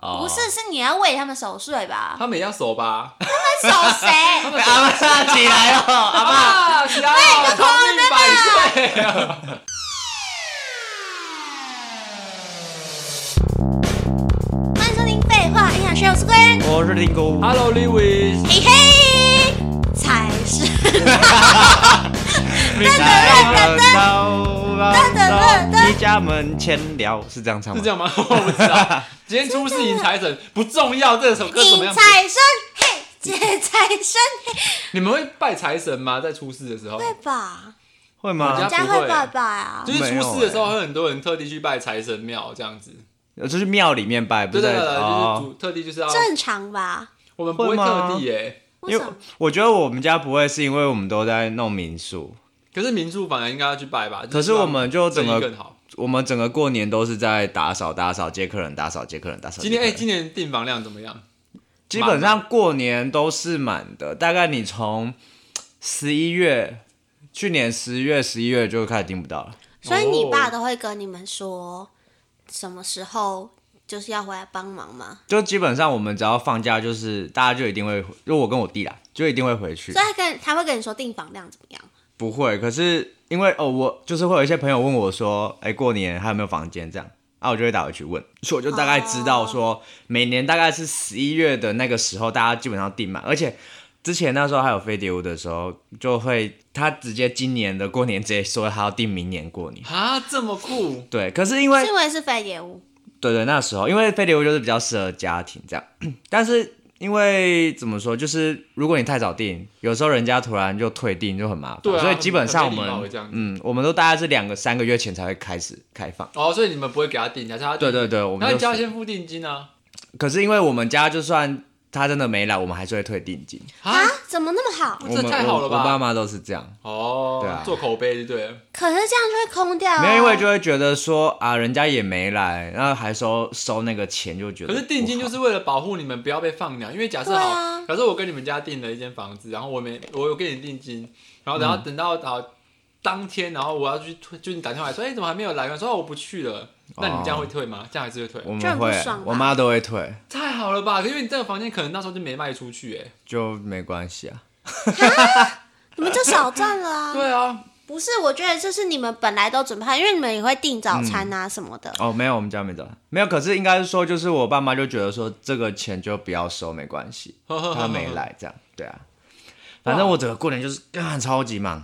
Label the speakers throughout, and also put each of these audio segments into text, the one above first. Speaker 1: 不是，是你要为他们守岁吧？
Speaker 2: 他们也要守 吧？
Speaker 1: 他们守谁？
Speaker 2: 们
Speaker 3: 阿爸起来了，阿爸。
Speaker 2: 爸，起来哦，同命百岁啊！
Speaker 1: 欢迎收听《废话营养学》，我是龟。
Speaker 3: 我是林姑，
Speaker 2: Hello, Lewis。
Speaker 1: 嘿嘿，才是
Speaker 3: 明
Speaker 1: 噔噔噔噔噔噔
Speaker 3: 一家门前聊，是这样唱吗？
Speaker 2: 是这样吗？我 不知道。今天出是赢财神不重要，这首歌怎么
Speaker 1: 迎
Speaker 2: 样？
Speaker 1: 财神，嘿，接财神，嘿，
Speaker 2: 你们会拜财神吗？在出事的时候，
Speaker 1: 会吧？
Speaker 3: 会
Speaker 2: 我
Speaker 3: 吗
Speaker 1: 人
Speaker 2: 家？
Speaker 1: 家会拜拜啊
Speaker 2: 就。是出事的时候，会很多人特地去拜财神庙这样子。
Speaker 3: 就是庙里面拜，不
Speaker 2: 对
Speaker 3: 是
Speaker 2: 对
Speaker 3: 在
Speaker 2: 对，就是
Speaker 3: 哦。
Speaker 2: 主特地就是要，
Speaker 1: 正常吧？
Speaker 2: 我们不会
Speaker 3: 会吗
Speaker 2: 特地耶。
Speaker 1: 为
Speaker 3: 因
Speaker 1: 什
Speaker 3: 为
Speaker 1: 么？
Speaker 3: 我觉得我们家不会，是因为我们都在弄民宿，
Speaker 2: 可是民宿反而应该要去拜吧。
Speaker 3: 可是我们就整
Speaker 2: 整
Speaker 3: 个
Speaker 2: 个更好。
Speaker 3: 我们整个过年都是在打扫、打扫、接客人、打扫、接客人、打扫。
Speaker 2: 今天哎，
Speaker 3: 接客人
Speaker 2: 今年订房量怎么样？
Speaker 3: 基本上过年都是满的，大概你从十一月，去年十月、十一月就开始订不到了。
Speaker 1: 所以你爸都会跟你们说什么时候就是要回来帮忙吗？
Speaker 3: 就基本上我们只要放假，就是大家就一定会，就我跟我弟啦，就一定会回去
Speaker 1: 所以。他跟他会跟你说订房量怎么样？
Speaker 3: 不会，可是因为哦，我就是会有一些朋友问我说，哎、过年还有没有房间这样啊，我就会打回去问，所以我就大概知道说，每年大概是十一月的那个时候，大家基本上订满，而且之前那时候还有飞碟屋的时候，就会他直接今年的过年直接说他要订明年过年。
Speaker 2: 啊，这么酷！
Speaker 3: 对，可是因为
Speaker 1: 是因为是废业务，
Speaker 3: 对对，那时候因为飞碟屋就是比较适合家庭这样，但是因为怎么说，就是如果你太早订，有时候人家突然就退订就很麻烦，
Speaker 2: 对啊
Speaker 3: 所以基本上我
Speaker 2: 很没礼貌这
Speaker 3: 们
Speaker 2: 样子
Speaker 3: 嗯，我们都大概是两个三个月前才会开始开放。
Speaker 2: 哦，所以你们不会给他定，还是他定
Speaker 3: 对对对，我
Speaker 2: 然后
Speaker 3: 们
Speaker 2: 你就
Speaker 3: 就
Speaker 2: 要
Speaker 3: 是
Speaker 2: 先付定金啊！
Speaker 3: 可是因为我们家就算他真的没来，我们还是会退定金。
Speaker 1: 啊
Speaker 2: 啊，，
Speaker 1: 怎么那么好？
Speaker 2: 这
Speaker 3: 我们
Speaker 2: 太好了吧
Speaker 3: 我我爸妈都是这样，
Speaker 2: 哦，
Speaker 3: 对啊
Speaker 2: 做口碑就对了。
Speaker 1: 可是这样就会空掉、啊。
Speaker 3: 没有因为就会觉得说啊，人家也没来，然后还收收那个钱，就觉得
Speaker 2: 可是定金
Speaker 3: 不
Speaker 2: 就
Speaker 3: 好
Speaker 2: 是为了保护你们不要被放鸟，因为假设
Speaker 1: 对
Speaker 2: 好，
Speaker 1: 啊
Speaker 2: 假设我跟你们家订了一间房子，然后我没我有给你定金，然后然后等到好、当天，然后我要去退，就是你打电话来说，哎、怎么还没有来？我说、哦、我不去了，那你们这样会退吗？这样还是会退？
Speaker 3: 我
Speaker 1: 就很
Speaker 3: 们
Speaker 1: 不
Speaker 3: 会
Speaker 1: 爽吧，
Speaker 3: 我妈都会退，
Speaker 2: 太好了吧？因为你这个房间可能那时候就没卖出去、哎、
Speaker 3: 就没关系啊。
Speaker 1: 你们就少赚了 啊。
Speaker 2: 对啊，
Speaker 1: 不是，我觉得就是你们本来都准备好，因为你们也会订早餐
Speaker 2: 嗯
Speaker 1: 啊什么的。
Speaker 3: 哦，没有，我们家没找他，没有。可是应该是说，就是我爸妈就觉得说，这个钱就不要收，没 关系，他没来这样，对啊。反正我整个过年就是啊，超级忙，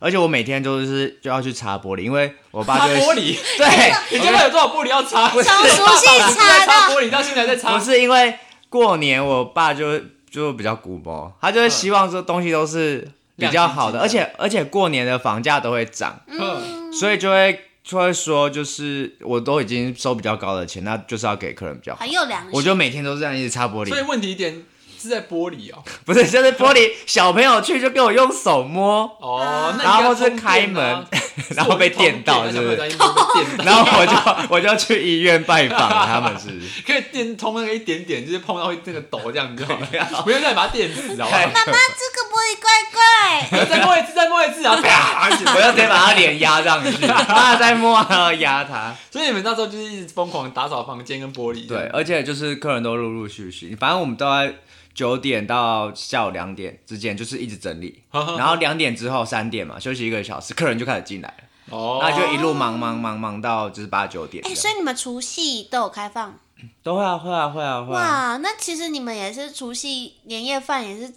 Speaker 3: 而且我每天就是就要去擦玻璃，因为我爸
Speaker 2: 擦
Speaker 3: 就会
Speaker 2: 玻，璃，
Speaker 3: 对，
Speaker 2: 你家有多少玻璃要擦？从
Speaker 1: 熟悉擦到
Speaker 2: 玻璃到现在在擦
Speaker 3: 不，是因为过年我爸就就比较古毛，他就会希望说东西都是比较好
Speaker 2: 嗯
Speaker 3: 的，
Speaker 2: 亮
Speaker 3: 而
Speaker 2: 晶晶
Speaker 3: 且而且过年的房价都会涨，
Speaker 2: 嗯，
Speaker 3: 所以就会就会说，就是我都已经收比较高的钱，那就是要给客人比较好。
Speaker 1: 很有良心。
Speaker 3: 我就每天都这样一直擦玻
Speaker 2: 所以
Speaker 3: 璃，
Speaker 2: 问题点是在玻璃哦。
Speaker 3: 不是就是玻璃，小朋友去就给我用手摸，
Speaker 2: 哦，那
Speaker 3: 然后
Speaker 2: 你
Speaker 3: 是
Speaker 2: 应该
Speaker 3: 开
Speaker 2: 通电啊
Speaker 3: 门，然后被电到，是
Speaker 2: 是
Speaker 3: 不
Speaker 2: 不是？
Speaker 3: 是？
Speaker 2: 电 到，
Speaker 3: 然后我就我就去医院拜访他们，是不是？
Speaker 2: 可以电通那个一点点，就是碰到会那个抖这样子就好
Speaker 3: 啊
Speaker 2: 了，不用再把它电死，好不好？
Speaker 1: 妈妈，这个玻璃怪怪，
Speaker 2: 再摸一次，再摸一次啊！ 啪！
Speaker 3: 我要直接把他脸压上去，他在摸，然后压他。
Speaker 2: 所以你们那时候就是一直疯狂打扫房间跟玻璃，
Speaker 3: 对，，而且就是客人都陆陆续续，反正我们都在九点到下午两点之间，就是一直整理，然后两点之后三点嘛，休息一个小时，客人就开始进来了，
Speaker 2: 哦，
Speaker 3: 那就一路忙忙忙忙到就是八九点这
Speaker 1: 哎、
Speaker 3: 样。
Speaker 1: 所以你们除夕都有开放
Speaker 3: 都会啊，会啊，会啊，会啊。
Speaker 1: 哇？那其实你们也是除夕年夜饭也是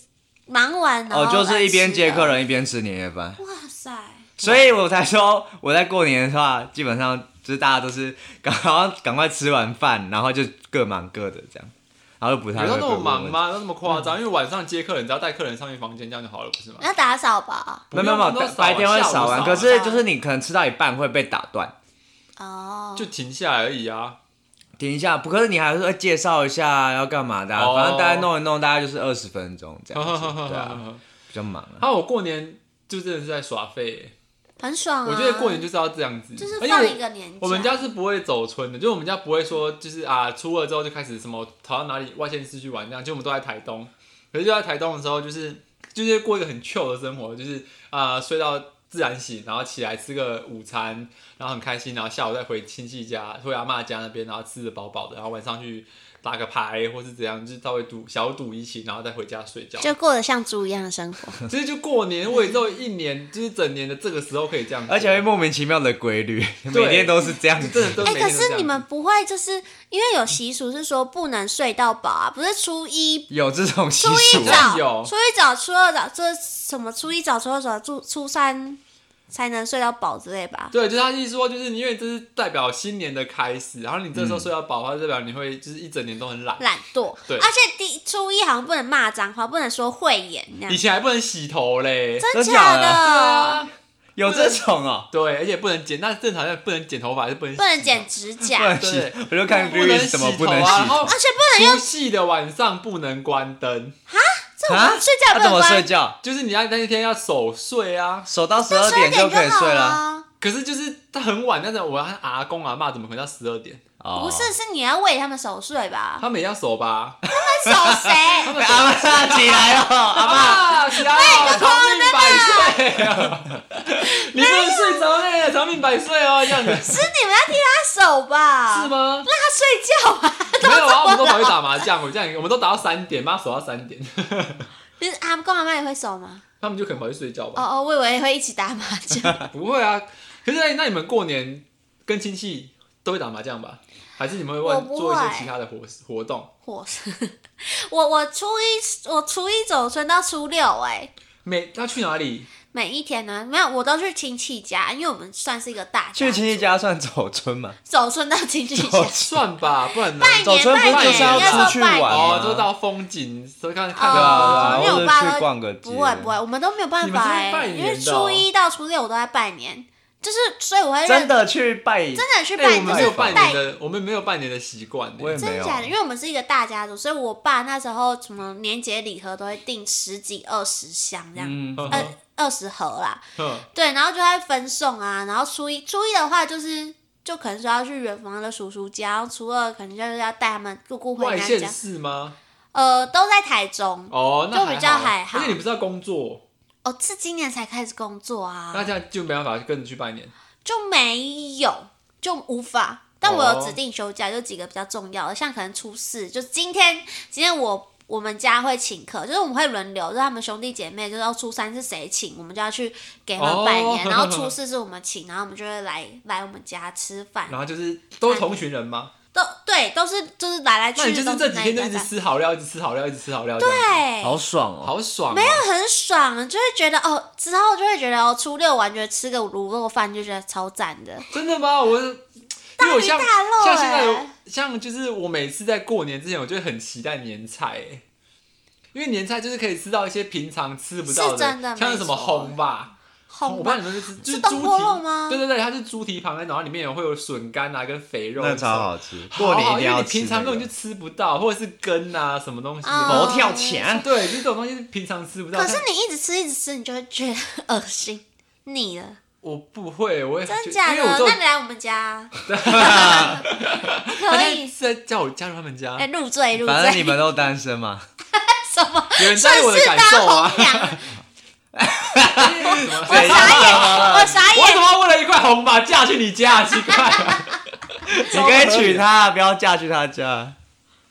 Speaker 1: 忙完，然后
Speaker 3: 哦，就是一边接客
Speaker 1: 来
Speaker 3: 人一边吃年夜饭，
Speaker 1: 吃的。哇塞，
Speaker 3: 所以我才说我在过年的话，基本上就是大家都是赶快赶快吃完饭，然后就各忙各的这样，然后就不太
Speaker 2: 有
Speaker 3: 会嗯
Speaker 2: 到那么
Speaker 3: 过
Speaker 2: 忙？吗？有那么夸张？因为晚上接客人，只要带客人上去房间，这样就好了，不是吗？
Speaker 1: 要打扫吧？
Speaker 3: 没有没有没
Speaker 2: 不用
Speaker 3: 有，白天会
Speaker 2: 扫
Speaker 3: 扫
Speaker 2: 完
Speaker 3: 完，可是就是你可能吃到一半会被打断，
Speaker 1: 哦，
Speaker 2: 就停下来而已啊。
Speaker 3: 停一下。不，可是你还是会介绍一下要干嘛的啊、
Speaker 2: 哦
Speaker 3: 反正大概弄一弄，大概就是二十分钟这 样子， 对啊，
Speaker 2: 啊，
Speaker 3: 比较忙啊。
Speaker 2: 我过年就真的是在耍废欸，
Speaker 1: 很爽啊。
Speaker 2: 我觉得过年就是要这样子，哎
Speaker 1: 就是
Speaker 2: 而且我
Speaker 1: 放一个年假。
Speaker 2: 我们家是不会走村的，就是我们家不会说，就是啊，初二之后就开始什么跑到哪里外县市去玩这样，就我们都在台东。可是就在台东的时候，就是就是过一个很 chill 的生活，就是啊、睡到自然醒，然后起来吃个午餐，然后很开心，然后下午再回亲戚家，回阿嬷家那边，然后吃的饱饱的，然后晚上去打个牌，或是怎样，就是稍微赌小赌怡情，然后再回家睡觉。
Speaker 1: 就过得像猪一样的生活。
Speaker 2: 其实就过年，我也只有一年，就是整年的这个时候可以这样子，
Speaker 3: 而且会莫名其妙的规律，每天都是这样
Speaker 2: 真的
Speaker 3: 子。
Speaker 2: 都
Speaker 1: 哎、
Speaker 2: 每
Speaker 1: 可
Speaker 2: 天都这
Speaker 1: 是
Speaker 2: 样
Speaker 1: 你们不会就是因为有习俗是说不能睡到饱啊，不是初一
Speaker 3: 有这种习
Speaker 1: 初一
Speaker 2: 早，
Speaker 3: 俗啊
Speaker 2: 像
Speaker 1: 早
Speaker 2: 有
Speaker 1: 初一早初二早这什么初一早初二早初初三才能睡到饱之类吧？
Speaker 2: 对，就是他意思说，就是因为这是代表新年的开始，然后你这
Speaker 3: 嗯
Speaker 2: 时候睡到饱的话，代表你会就是一整年都很懒。
Speaker 1: 懒惰，
Speaker 2: 对
Speaker 1: 而且第初一好像不能骂脏话，不能说慧眼那
Speaker 2: 以
Speaker 1: 样，
Speaker 2: 前还不能洗头嘞，啊
Speaker 3: 真假
Speaker 1: 假
Speaker 3: 的
Speaker 1: 的？
Speaker 3: 有这种哦、
Speaker 2: 对，而且不能剪，那正常像不能剪头发，还是不能
Speaker 1: 不能剪指甲，
Speaker 3: 不能
Speaker 1: 而
Speaker 3: 洗
Speaker 2: 对，啊
Speaker 3: 我就看
Speaker 2: 不
Speaker 3: Louis
Speaker 2: 能
Speaker 3: 怎么
Speaker 2: 洗
Speaker 3: 不
Speaker 2: 头
Speaker 3: 能
Speaker 2: 啊然
Speaker 3: 洗。
Speaker 2: 后
Speaker 1: 且不能用
Speaker 2: 除夕的晚上不能关灯，
Speaker 1: 这我们睡觉
Speaker 3: 他
Speaker 1: 不
Speaker 3: 怎
Speaker 1: 能
Speaker 3: 么睡
Speaker 1: 关，
Speaker 3: 觉？
Speaker 2: 就是你要那一天要守岁啊。
Speaker 3: 守到十二
Speaker 1: 12
Speaker 3: 点就可以
Speaker 1: 好
Speaker 3: 睡了。
Speaker 1: 啊。
Speaker 2: 可是就是他很晚，但是我和阿公阿妈怎么可能到十二点？
Speaker 3: 哦
Speaker 1: 不是，是你要为他们守岁吧？
Speaker 2: 他们也要守吧？
Speaker 1: 他们守 谁？
Speaker 3: 被阿妈起 来了，阿
Speaker 2: 啊
Speaker 3: 妈。
Speaker 2: 爸，起来哦，长命百岁啊！ 你不能睡着嘞，长命百岁哦，这样子
Speaker 1: 是你们要替他守吧？
Speaker 2: 是？
Speaker 1: 他
Speaker 2: 吗？
Speaker 1: 睡觉吧？
Speaker 2: 没有啊，我们都跑去打麻将，我这样我们都打到三点， 妈守到三点，
Speaker 1: 就是阿公阿妈也会守吗？
Speaker 2: 他们就可能跑去睡觉吧
Speaker 1: 哦。哦，我以为会一起打麻将。
Speaker 2: 不会啊，可是那那你们过年跟亲戚都会打麻将吧？还是你们会
Speaker 1: 我
Speaker 2: 玩
Speaker 1: 不会
Speaker 2: 做一些其他的活活动？
Speaker 1: 我是我我初一我初一走春到初六哎、
Speaker 2: 每要去哪里？
Speaker 1: 每一天呢没有我都去亲戚家，因为我们算是一个大家
Speaker 3: 去亲戚
Speaker 1: 族
Speaker 3: 家算走村嘛？
Speaker 1: 走春到亲戚家
Speaker 3: 走。
Speaker 2: 算吧，不然呢？
Speaker 3: 走村不
Speaker 1: 拜
Speaker 3: 是
Speaker 1: 年啊
Speaker 3: 就是要出去玩
Speaker 1: 拜
Speaker 3: 吗？
Speaker 2: 哦，就到风景，所以看看
Speaker 3: 对
Speaker 1: 哦
Speaker 3: 啊，
Speaker 1: 因为
Speaker 3: 对啊，
Speaker 1: 我
Speaker 3: 或
Speaker 1: 爸
Speaker 3: 者
Speaker 1: 都
Speaker 3: 去逛个街。
Speaker 1: 不会不会，，我们都没有办
Speaker 2: 你
Speaker 1: 法
Speaker 2: 们是
Speaker 1: 哎、
Speaker 2: 拜年
Speaker 1: 因为
Speaker 2: 的哦
Speaker 1: 初一到初六我都在拜年，就是所以我会认
Speaker 3: 真的去拜，
Speaker 1: 真的去
Speaker 2: 哎、
Speaker 1: 拜，
Speaker 2: 我
Speaker 1: 就
Speaker 2: 们没有
Speaker 1: 是
Speaker 2: 拜
Speaker 1: 带
Speaker 2: 年的，我们没有拜年的习惯呢。
Speaker 3: 我也没
Speaker 1: 真的
Speaker 3: 有。
Speaker 1: 假的？因为我们是一个大家族，所以我爸那时候什么年节礼盒都会订十几二十箱这样，
Speaker 3: 嗯，
Speaker 2: 呵
Speaker 1: 呃
Speaker 2: 呵
Speaker 1: 二十盒啦，
Speaker 2: 呵
Speaker 1: 对，然后就在分送啊，然后初一初一的话就是就可能说要去远房的叔叔家，然后初二可能就是要带他们姑姑回
Speaker 2: 外
Speaker 1: 娘
Speaker 2: 县
Speaker 1: 家，
Speaker 2: 市吗？
Speaker 1: 呃，都在台中
Speaker 2: 哦，那
Speaker 1: 就
Speaker 2: 还
Speaker 1: 比较
Speaker 2: 好
Speaker 1: 还好
Speaker 2: 而且你不是要工作，
Speaker 1: 哦，是今年才开始工作
Speaker 2: 那
Speaker 1: 啊，
Speaker 2: 这样就没办法跟着去拜年。
Speaker 1: 就没有就无法。但我有
Speaker 2: 哦
Speaker 1: 指定休假，就几个比较重要的，像可能初四，就今天，今天我我们家会请客，就是我们会轮流，就是他们兄弟姐妹，就是要初三是谁请，我们就要去给他们拜年，
Speaker 2: 哦
Speaker 1: 然后初四是我们请，然后我们就会来来我们家吃饭，
Speaker 2: 然后就是都是同群人 吗？
Speaker 1: 都对，都是就是来来去
Speaker 2: 那你
Speaker 1: 去
Speaker 2: 就
Speaker 1: 都
Speaker 2: 是这
Speaker 1: 那
Speaker 2: 几天就
Speaker 1: 家
Speaker 2: 一直
Speaker 1: 饭
Speaker 2: 吃好料，一直吃好料，一直吃好料，对，
Speaker 1: 对，
Speaker 3: 好爽哦！
Speaker 2: 好爽、啊没有
Speaker 1: 很爽，就会觉得哦，之后就会觉得哦，初六完觉得吃个卤肉饭就觉得超赞的，
Speaker 2: 真的吗？我因为我像
Speaker 1: 大肉
Speaker 2: 像现在有
Speaker 1: 欸
Speaker 2: 像就是我每次在过年之前，我就会很期待年菜、欸，因为年菜就是可以吃到一些平常吃不到
Speaker 1: 是真的
Speaker 2: 像是什么
Speaker 1: 没错
Speaker 2: 红吧，哦我
Speaker 1: 红
Speaker 2: 不知道
Speaker 1: 吧
Speaker 2: 你们是吃就是是
Speaker 1: 东
Speaker 2: 猪
Speaker 1: 坡
Speaker 2: 蹄
Speaker 1: 肉吗
Speaker 2: 对对对，它是猪蹄旁边，然后里面有会有笋干啊跟肥肉，
Speaker 3: 那超好吃，
Speaker 2: 好
Speaker 3: 过
Speaker 2: 好
Speaker 3: 年一定
Speaker 2: 因为
Speaker 3: 要
Speaker 2: 你
Speaker 3: 吃那个。
Speaker 2: 平常根本就吃不到，或者是根啊什么东西的，
Speaker 1: 啊
Speaker 3: 佛跳墙，
Speaker 2: 对，就是这种东西是平常吃不到。
Speaker 1: 可是
Speaker 2: 啊但
Speaker 1: 你一直吃一直吃，你就会觉得恶心腻了，
Speaker 2: 我不会，我也
Speaker 1: 真
Speaker 2: 就
Speaker 1: 的假
Speaker 2: 因为我
Speaker 1: 的？
Speaker 2: 只有
Speaker 1: 那你来我们家 啊，
Speaker 2: 他
Speaker 1: 可
Speaker 2: 现在
Speaker 1: 以
Speaker 2: 是在叫我加入他们家
Speaker 1: 哎，，入赘入
Speaker 3: 反正你
Speaker 1: 赘，
Speaker 3: 们都单 身嘛。
Speaker 1: 什么
Speaker 2: 有人
Speaker 1: 顺
Speaker 2: 在意我的
Speaker 1: 势
Speaker 2: 感
Speaker 1: 当
Speaker 2: 受啊
Speaker 1: 红？娘？
Speaker 2: 我
Speaker 1: 我 傻眼，我傻
Speaker 2: 我怎
Speaker 1: 眼，
Speaker 2: 么为了一块红把嫁去你家？奇怪、
Speaker 3: 你可以娶她，不要嫁去 她家，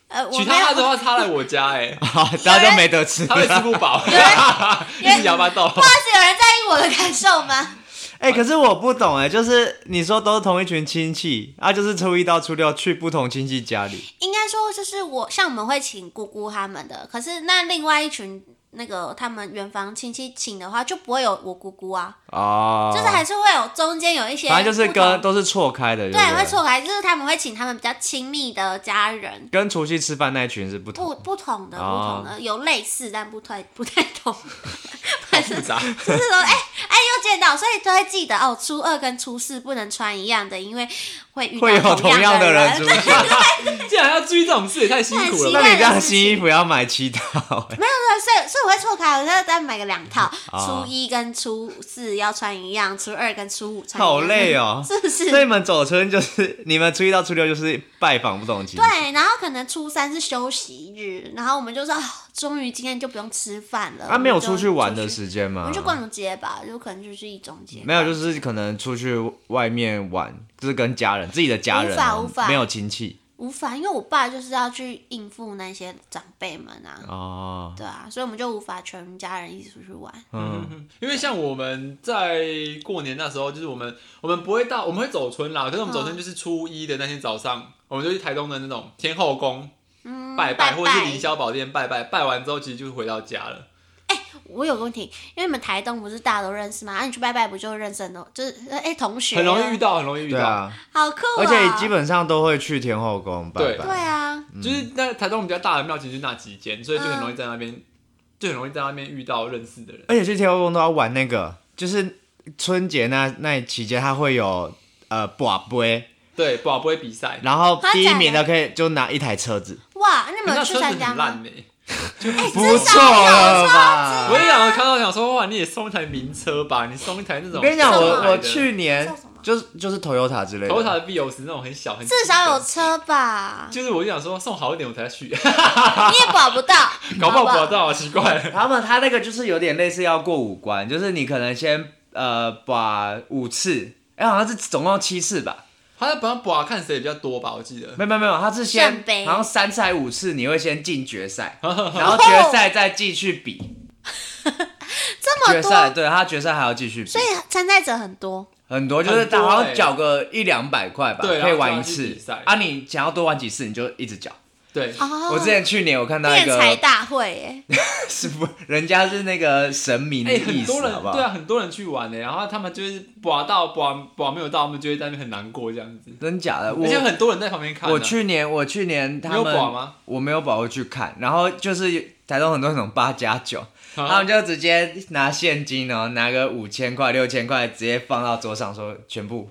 Speaker 1: 呃，我
Speaker 2: 娶
Speaker 1: 没
Speaker 2: 她她的
Speaker 1: 有。
Speaker 2: 话，她来我家哎、
Speaker 3: 好，大家都没得吃
Speaker 2: 她。会吃不 饱， 一直哑巴豆。
Speaker 1: 不好意思，有人在意我的感受吗？
Speaker 3: 哎，可是我不懂哎，就是你说都是同一群亲戚，啊，就是初一到初六去不同亲戚家里，
Speaker 1: 应该说就是我，像我们会请姑姑他们的，可是那另外一群那个他们远房亲戚请的话，就不会有我姑姑啊，
Speaker 3: 哦，
Speaker 1: 就是还是会有中间有一些不同，
Speaker 3: 反正就是跟都是错开的，
Speaker 1: 对
Speaker 3: 不
Speaker 1: 会错开，就是他们会请他们比较亲密的家人，
Speaker 3: 跟除夕吃饭那一群是不同
Speaker 1: 不不同的不
Speaker 3: 哦
Speaker 1: 同的、有类似但不太 不太同，
Speaker 2: 好复 杂，
Speaker 1: 就是说哎哎又见到，所以都会记得哦，初二跟初四不能穿一样的，因为会遇
Speaker 3: 会有
Speaker 1: 到
Speaker 3: 同样
Speaker 1: 的
Speaker 3: 的人出现。
Speaker 2: 竟然要注意这种事，也太辛苦了
Speaker 3: 那
Speaker 2: 吧？
Speaker 3: 你这样新衣服要买七套、欸，
Speaker 1: 所以所以我会错开，我再再买个两套，
Speaker 3: 啊
Speaker 1: 初一跟初四要穿一样，初二跟初五穿一样。
Speaker 3: 好累哦、
Speaker 1: 是不是？
Speaker 3: 所以你们走村就是你们初一到初六就是拜访不同亲戚，
Speaker 1: 对，然后可能初三是休息日，然后我们就说，哦终于今天就不用吃饭了。
Speaker 3: 啊，没有
Speaker 1: 我们就
Speaker 3: 出去玩的
Speaker 1: 出去，
Speaker 3: 时间
Speaker 1: 我
Speaker 3: 吗
Speaker 1: 们？
Speaker 2: 嗯
Speaker 1: 去逛街吧，有可能就是一中街。
Speaker 3: 没有，就是可能出去外面玩，就是跟家人、自己的家人哦、
Speaker 1: 无法无法
Speaker 3: 没有亲戚，
Speaker 1: 无法，因为我爸就是要去应付那些长辈们啊，
Speaker 3: 哦，
Speaker 1: 对啊，所以我们就无法全家人一起出去玩。
Speaker 3: 嗯，
Speaker 2: 嗯因为像我们在过年那时候，就是我们我们不会到，我们会走村啦。可是我们走
Speaker 1: 嗯
Speaker 2: 村就是初一的那天早上，我们就去台东的那种天后宫
Speaker 1: 嗯，
Speaker 2: 拜
Speaker 1: 拜，
Speaker 2: 或者是凌霄宝殿拜拜。拜完之后，其实就是回到家了。
Speaker 1: 我有个问题，因为你们台东不是大家都认识吗？啊，你去拜拜不就认识很多，就是哎、同学
Speaker 2: 很容易遇，到，很容易遇
Speaker 3: 对
Speaker 2: 到。
Speaker 3: 啊，
Speaker 1: 好酷、啊！
Speaker 3: 而且基本上都会去天后宫拜
Speaker 2: 对
Speaker 1: 对
Speaker 3: 拜。
Speaker 1: 啊，
Speaker 2: 就是那台东我们比较大的庙，其实就那几间，所以就很容易在那边，就很容易在那边遇到认识的人。
Speaker 3: 而且去天后宫都要玩那个，就是春节那那期间，它会有呃卜杯，
Speaker 2: 对，宝不会比赛，
Speaker 3: 然后
Speaker 1: 真的
Speaker 3: 第一
Speaker 1: 假的
Speaker 3: 名的可以就拿一台车子，
Speaker 1: 哇，那你们
Speaker 2: 那
Speaker 1: 有
Speaker 2: 车
Speaker 1: 去
Speaker 2: 子
Speaker 1: 参
Speaker 2: 很
Speaker 1: 加吗
Speaker 2: 烂？呢。
Speaker 1: 哎
Speaker 3: 不错了吧
Speaker 2: 我？也想看到想说，哇，你也送一台名车吧，你送一台那种。
Speaker 3: 我跟你讲，
Speaker 1: 这种
Speaker 3: 我我去年
Speaker 1: 叫什么
Speaker 3: 就是就是 Toyota 之类的
Speaker 2: 头塔的 B 有时那种很小，很
Speaker 1: 至少有
Speaker 2: 基
Speaker 1: 车吧
Speaker 2: 本，，就是我就想说送好一点我 才去，
Speaker 1: 你也保不到，
Speaker 2: 搞不好
Speaker 1: 好
Speaker 2: 博到好奇怪。
Speaker 3: 他们他那个就是有点类似要过五关，就是你可能先呃把五次，哎、好像是总共七次吧？
Speaker 2: 好像本来博看谁比较多吧，我记得。
Speaker 3: 没有没有没有，他是
Speaker 1: 圣
Speaker 3: 先
Speaker 1: 杯
Speaker 3: 好像三次还五次，你会先进 决赛，然后决赛再继续比。
Speaker 1: 这么
Speaker 3: 决赛
Speaker 1: 多，
Speaker 3: 对他决赛还要继续比
Speaker 1: 所，以参赛者很多，
Speaker 3: 很多就是
Speaker 2: 很多
Speaker 3: 好像
Speaker 2: 欸
Speaker 3: 缴个一两百块吧，
Speaker 2: 对然
Speaker 3: 可
Speaker 2: 后
Speaker 3: 以
Speaker 2: 就
Speaker 3: 玩
Speaker 2: 要
Speaker 3: 一
Speaker 2: 去
Speaker 3: 次
Speaker 2: 比赛
Speaker 3: 啊。你想要多玩几次，你就一直缴。
Speaker 2: 对，
Speaker 1: 哦，
Speaker 3: 我之前去年我看到一
Speaker 1: 辩才
Speaker 3: 个
Speaker 1: 大会哎，
Speaker 3: 是不， 人家是那个神明的
Speaker 2: 哎，
Speaker 3: 意
Speaker 2: 很
Speaker 3: 思，
Speaker 2: 多人
Speaker 3: 好不好？
Speaker 2: 对啊，很多人去玩呢，然后他们就是博到博博没有到，他们就会在那边很难过这样子。
Speaker 3: 真假的？我
Speaker 2: 而且很多人在旁边看啊。
Speaker 3: 我去年我去年他
Speaker 2: 你有
Speaker 3: 们
Speaker 2: 保吗
Speaker 3: 我没有保，我去看，然后就是台东很多那种八加九，
Speaker 2: 啊，
Speaker 3: 他们就直接拿现金哦，然后拿个五千块、六千块，直接放到桌上说全部。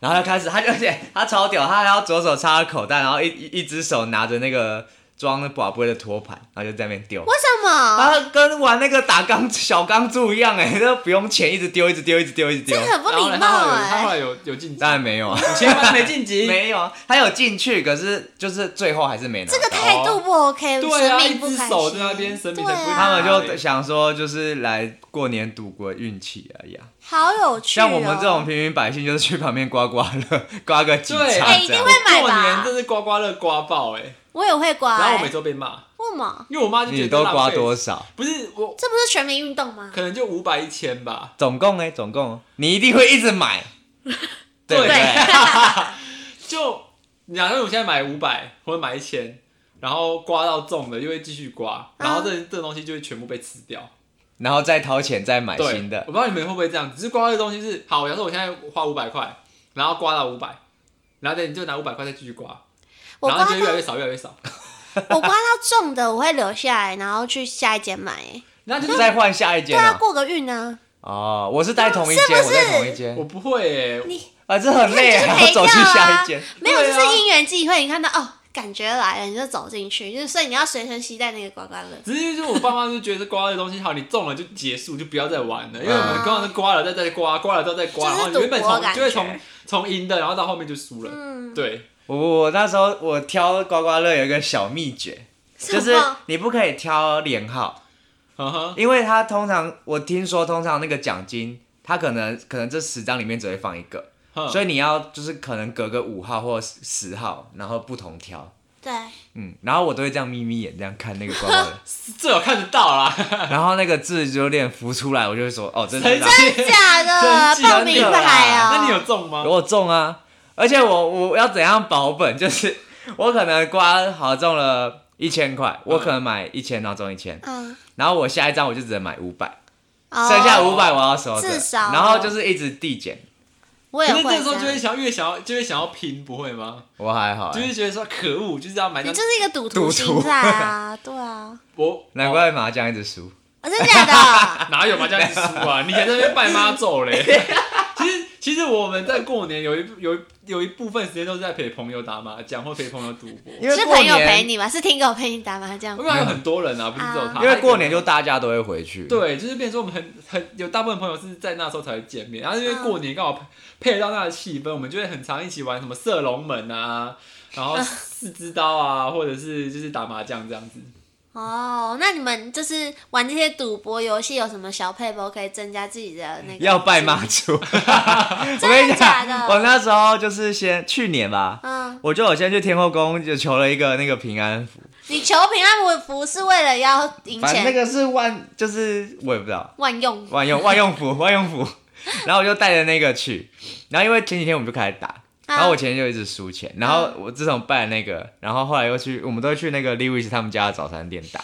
Speaker 3: 然后他开始，他就而且他超屌，他还要左手插口袋，然后一一一只手拿着那个装那宝贝的托盘，然后就在那边丢。
Speaker 1: 为什
Speaker 2: 啊
Speaker 1: 么？
Speaker 3: 他跟玩那个打钢小钢珠一样哎，都不用钱，一直丢，一直丢，一直丢，一直丢
Speaker 1: 这。很不
Speaker 2: 啊然后
Speaker 1: 礼
Speaker 2: 呢
Speaker 1: 貌
Speaker 2: 他后
Speaker 1: 哎，
Speaker 2: 来有他后来有有晋级，
Speaker 3: 当然没有啊，
Speaker 2: 五千万没晋级。
Speaker 3: 没有啊，他有进去，可是就是最后还是没拿到。
Speaker 1: 这个态度不 OK，
Speaker 2: 对啊，
Speaker 1: 神
Speaker 2: 一
Speaker 1: 明不
Speaker 2: 只
Speaker 1: 开
Speaker 2: 手在那
Speaker 1: 心，
Speaker 2: 边，神明
Speaker 1: 对
Speaker 2: 才
Speaker 1: 啊
Speaker 2: 不会
Speaker 3: 他
Speaker 2: 看
Speaker 3: 们
Speaker 2: 你。
Speaker 3: 就想说，就是来过年赌个运气而已啊。
Speaker 1: 好有趣哦，
Speaker 3: 像我们这种平民百姓，就是去旁边刮刮乐， 刮个几
Speaker 2: 对
Speaker 3: 张
Speaker 2: 哎
Speaker 1: 一
Speaker 3: 这
Speaker 1: 定
Speaker 3: 样
Speaker 1: 会。买
Speaker 2: 过
Speaker 1: 吧
Speaker 2: 年真是刮刮乐刮爆哎，
Speaker 1: 我也会刮、
Speaker 2: 然后我
Speaker 1: 欸，
Speaker 2: 每周被骂，
Speaker 1: 为什么？
Speaker 2: 因为我妈就觉得
Speaker 3: 你都
Speaker 2: 浪
Speaker 3: 刮
Speaker 2: 费
Speaker 3: 多少？
Speaker 2: 不是我，
Speaker 1: 这不是全民运动吗？
Speaker 2: 可能就五百一千吧。
Speaker 3: 总共呢？总共你一定会一 直买，对不
Speaker 2: 对
Speaker 3: 对？
Speaker 2: 就假设我现在买五百或者买一千，然后刮到中了又会继续
Speaker 1: 啊
Speaker 2: 刮，然后这、这东西就会全部被吃掉。
Speaker 3: 然后再掏钱再买
Speaker 2: 对，
Speaker 3: 新的
Speaker 2: 我不，知道你们会不会这样，只是刮到的东西是好。假设我现在花五百块，然后刮到五百，然后等你就拿五百块再继续刮，
Speaker 1: 我
Speaker 2: 然后
Speaker 1: 刮
Speaker 2: 就越来
Speaker 1: 到
Speaker 2: 越少，越来越少，
Speaker 1: 我刮到中的，我会留下来，然后去下一间买、欸。
Speaker 2: 然后就是
Speaker 3: 再换下一
Speaker 1: 对
Speaker 3: 间
Speaker 1: 啊，
Speaker 3: 哦。
Speaker 1: 过个运呢、
Speaker 3: 哦，我是带同一间，
Speaker 1: 是不
Speaker 3: 我
Speaker 1: 是
Speaker 3: 带同一间
Speaker 2: 我，不会耶、
Speaker 1: 你
Speaker 3: 啊，这很累，
Speaker 1: 你看
Speaker 3: 还
Speaker 1: 你
Speaker 3: 要
Speaker 1: 就
Speaker 3: 走
Speaker 1: 赔
Speaker 3: 去
Speaker 1: 掉啊
Speaker 3: 下一间。
Speaker 1: 没有，
Speaker 2: 对
Speaker 1: 就
Speaker 2: 啊
Speaker 1: 是因缘际会。你看到哦，感觉来了，你就走进去，就是所以你要随身携带那个刮刮乐。
Speaker 2: 只是就是我爸妈就觉得刮的东西好，你中了就结束，就不要再玩了，因为我们刚刚是刮了再再刮，刮了之后再
Speaker 1: 嗯
Speaker 2: 刮，
Speaker 1: 就
Speaker 2: 然
Speaker 1: 是
Speaker 2: 后你原本
Speaker 1: 赌博
Speaker 2: 从
Speaker 1: 感
Speaker 2: 就会
Speaker 1: 觉
Speaker 2: 从从赢的，然后到后面就输了。
Speaker 1: 嗯，
Speaker 2: 对，
Speaker 3: 我我我那时候我挑刮刮乐有一个小秘诀，就
Speaker 1: 什
Speaker 3: 是
Speaker 1: 么
Speaker 3: 你不可以挑连号。
Speaker 2: 嗯哼，
Speaker 3: 因为他通常我听说，通常那个奖金，他可能可能这十张里面只会放一个，
Speaker 1: 嗯
Speaker 2: 哼
Speaker 3: 所以你要就是可能隔个五号或十号，然后不同挑。
Speaker 1: 对，
Speaker 3: 嗯，然后我都会这样眯眯眼这样看那个刮刮 乐，
Speaker 2: 这我看得到啦，
Speaker 3: 然后那个字就有点浮出来，我就会说哦，这是
Speaker 2: 真
Speaker 3: 张。
Speaker 2: 的
Speaker 1: 假的
Speaker 2: 真，
Speaker 1: 报名牌啊、
Speaker 2: 那你有中吗
Speaker 3: 如？果中啊，而且我我要怎样保本？就是我可能刮好中了一千块，我可能买一千，然后中一千，
Speaker 1: 嗯，
Speaker 3: 然后我下一张我就只能买五百，
Speaker 1: 哦
Speaker 3: 剩下五百我要收着
Speaker 1: 至，少
Speaker 3: 然后就是一直递减。
Speaker 1: 我
Speaker 2: 可
Speaker 1: 也
Speaker 2: 是
Speaker 1: 会
Speaker 2: 这时候就
Speaker 1: 这
Speaker 2: 会
Speaker 1: 样。
Speaker 2: 想越想要就会想要拼，不会吗？
Speaker 3: 我还好、欸，
Speaker 2: 就是觉得说可恶，就是要买
Speaker 1: 你
Speaker 2: 张
Speaker 1: 就是一个赌
Speaker 3: 赌
Speaker 1: 徒
Speaker 3: 徒
Speaker 1: 心态啊，对啊，
Speaker 2: 我
Speaker 3: 难
Speaker 2: 哦
Speaker 3: 怪麻将一直输。
Speaker 1: 啊真的假的？
Speaker 2: 哪有麻将输啊？你还在那边拜妈咒嘞？ 其实其实我们在过年有一有一有一部分时间都是在陪朋友打麻将或陪朋友赌博，
Speaker 3: 因为
Speaker 1: 是
Speaker 3: 过
Speaker 1: 朋
Speaker 3: 年
Speaker 1: 友陪你吗？是听狗陪你打麻将
Speaker 2: 因？为还有很多人啊，不是只有他。
Speaker 1: 啊
Speaker 3: 因为过年就大家都会回去。，
Speaker 2: 对，就是变成说我们很很有大部分朋友是在那时候才会见
Speaker 1: 嗯
Speaker 2: 面，然啊后因为过年刚好配配到那个气氛，我们就会很常一起玩什么 射龙门啊，然后四只刀啊，或者是就是打麻将这样子。
Speaker 1: 哦，那你们就是玩这些赌博游戏有什么小配博可以增加自己的那个？
Speaker 3: 要拜妈？祖。我 跟
Speaker 1: 真
Speaker 3: 你
Speaker 1: 的假
Speaker 3: 讲，
Speaker 1: 的？
Speaker 3: 我那时候就是先去年吧，
Speaker 1: 嗯，
Speaker 3: 我就有先去天后宫就求了一个那个平安符，
Speaker 1: 你求平安符是为了要赢
Speaker 3: 反正
Speaker 1: 钱，
Speaker 3: 那个是万，就是我也不知道
Speaker 1: 万用
Speaker 3: 万用万用符万用符， 然后我就带着那个去，然后因为前几天我们就开始
Speaker 1: 啊
Speaker 3: 打。然后我前天就一直输钱，
Speaker 1: 嗯
Speaker 3: 然后我自从拜了那个，然后后来又去，我们都会去那个 Lewis 他们家的早餐店 打，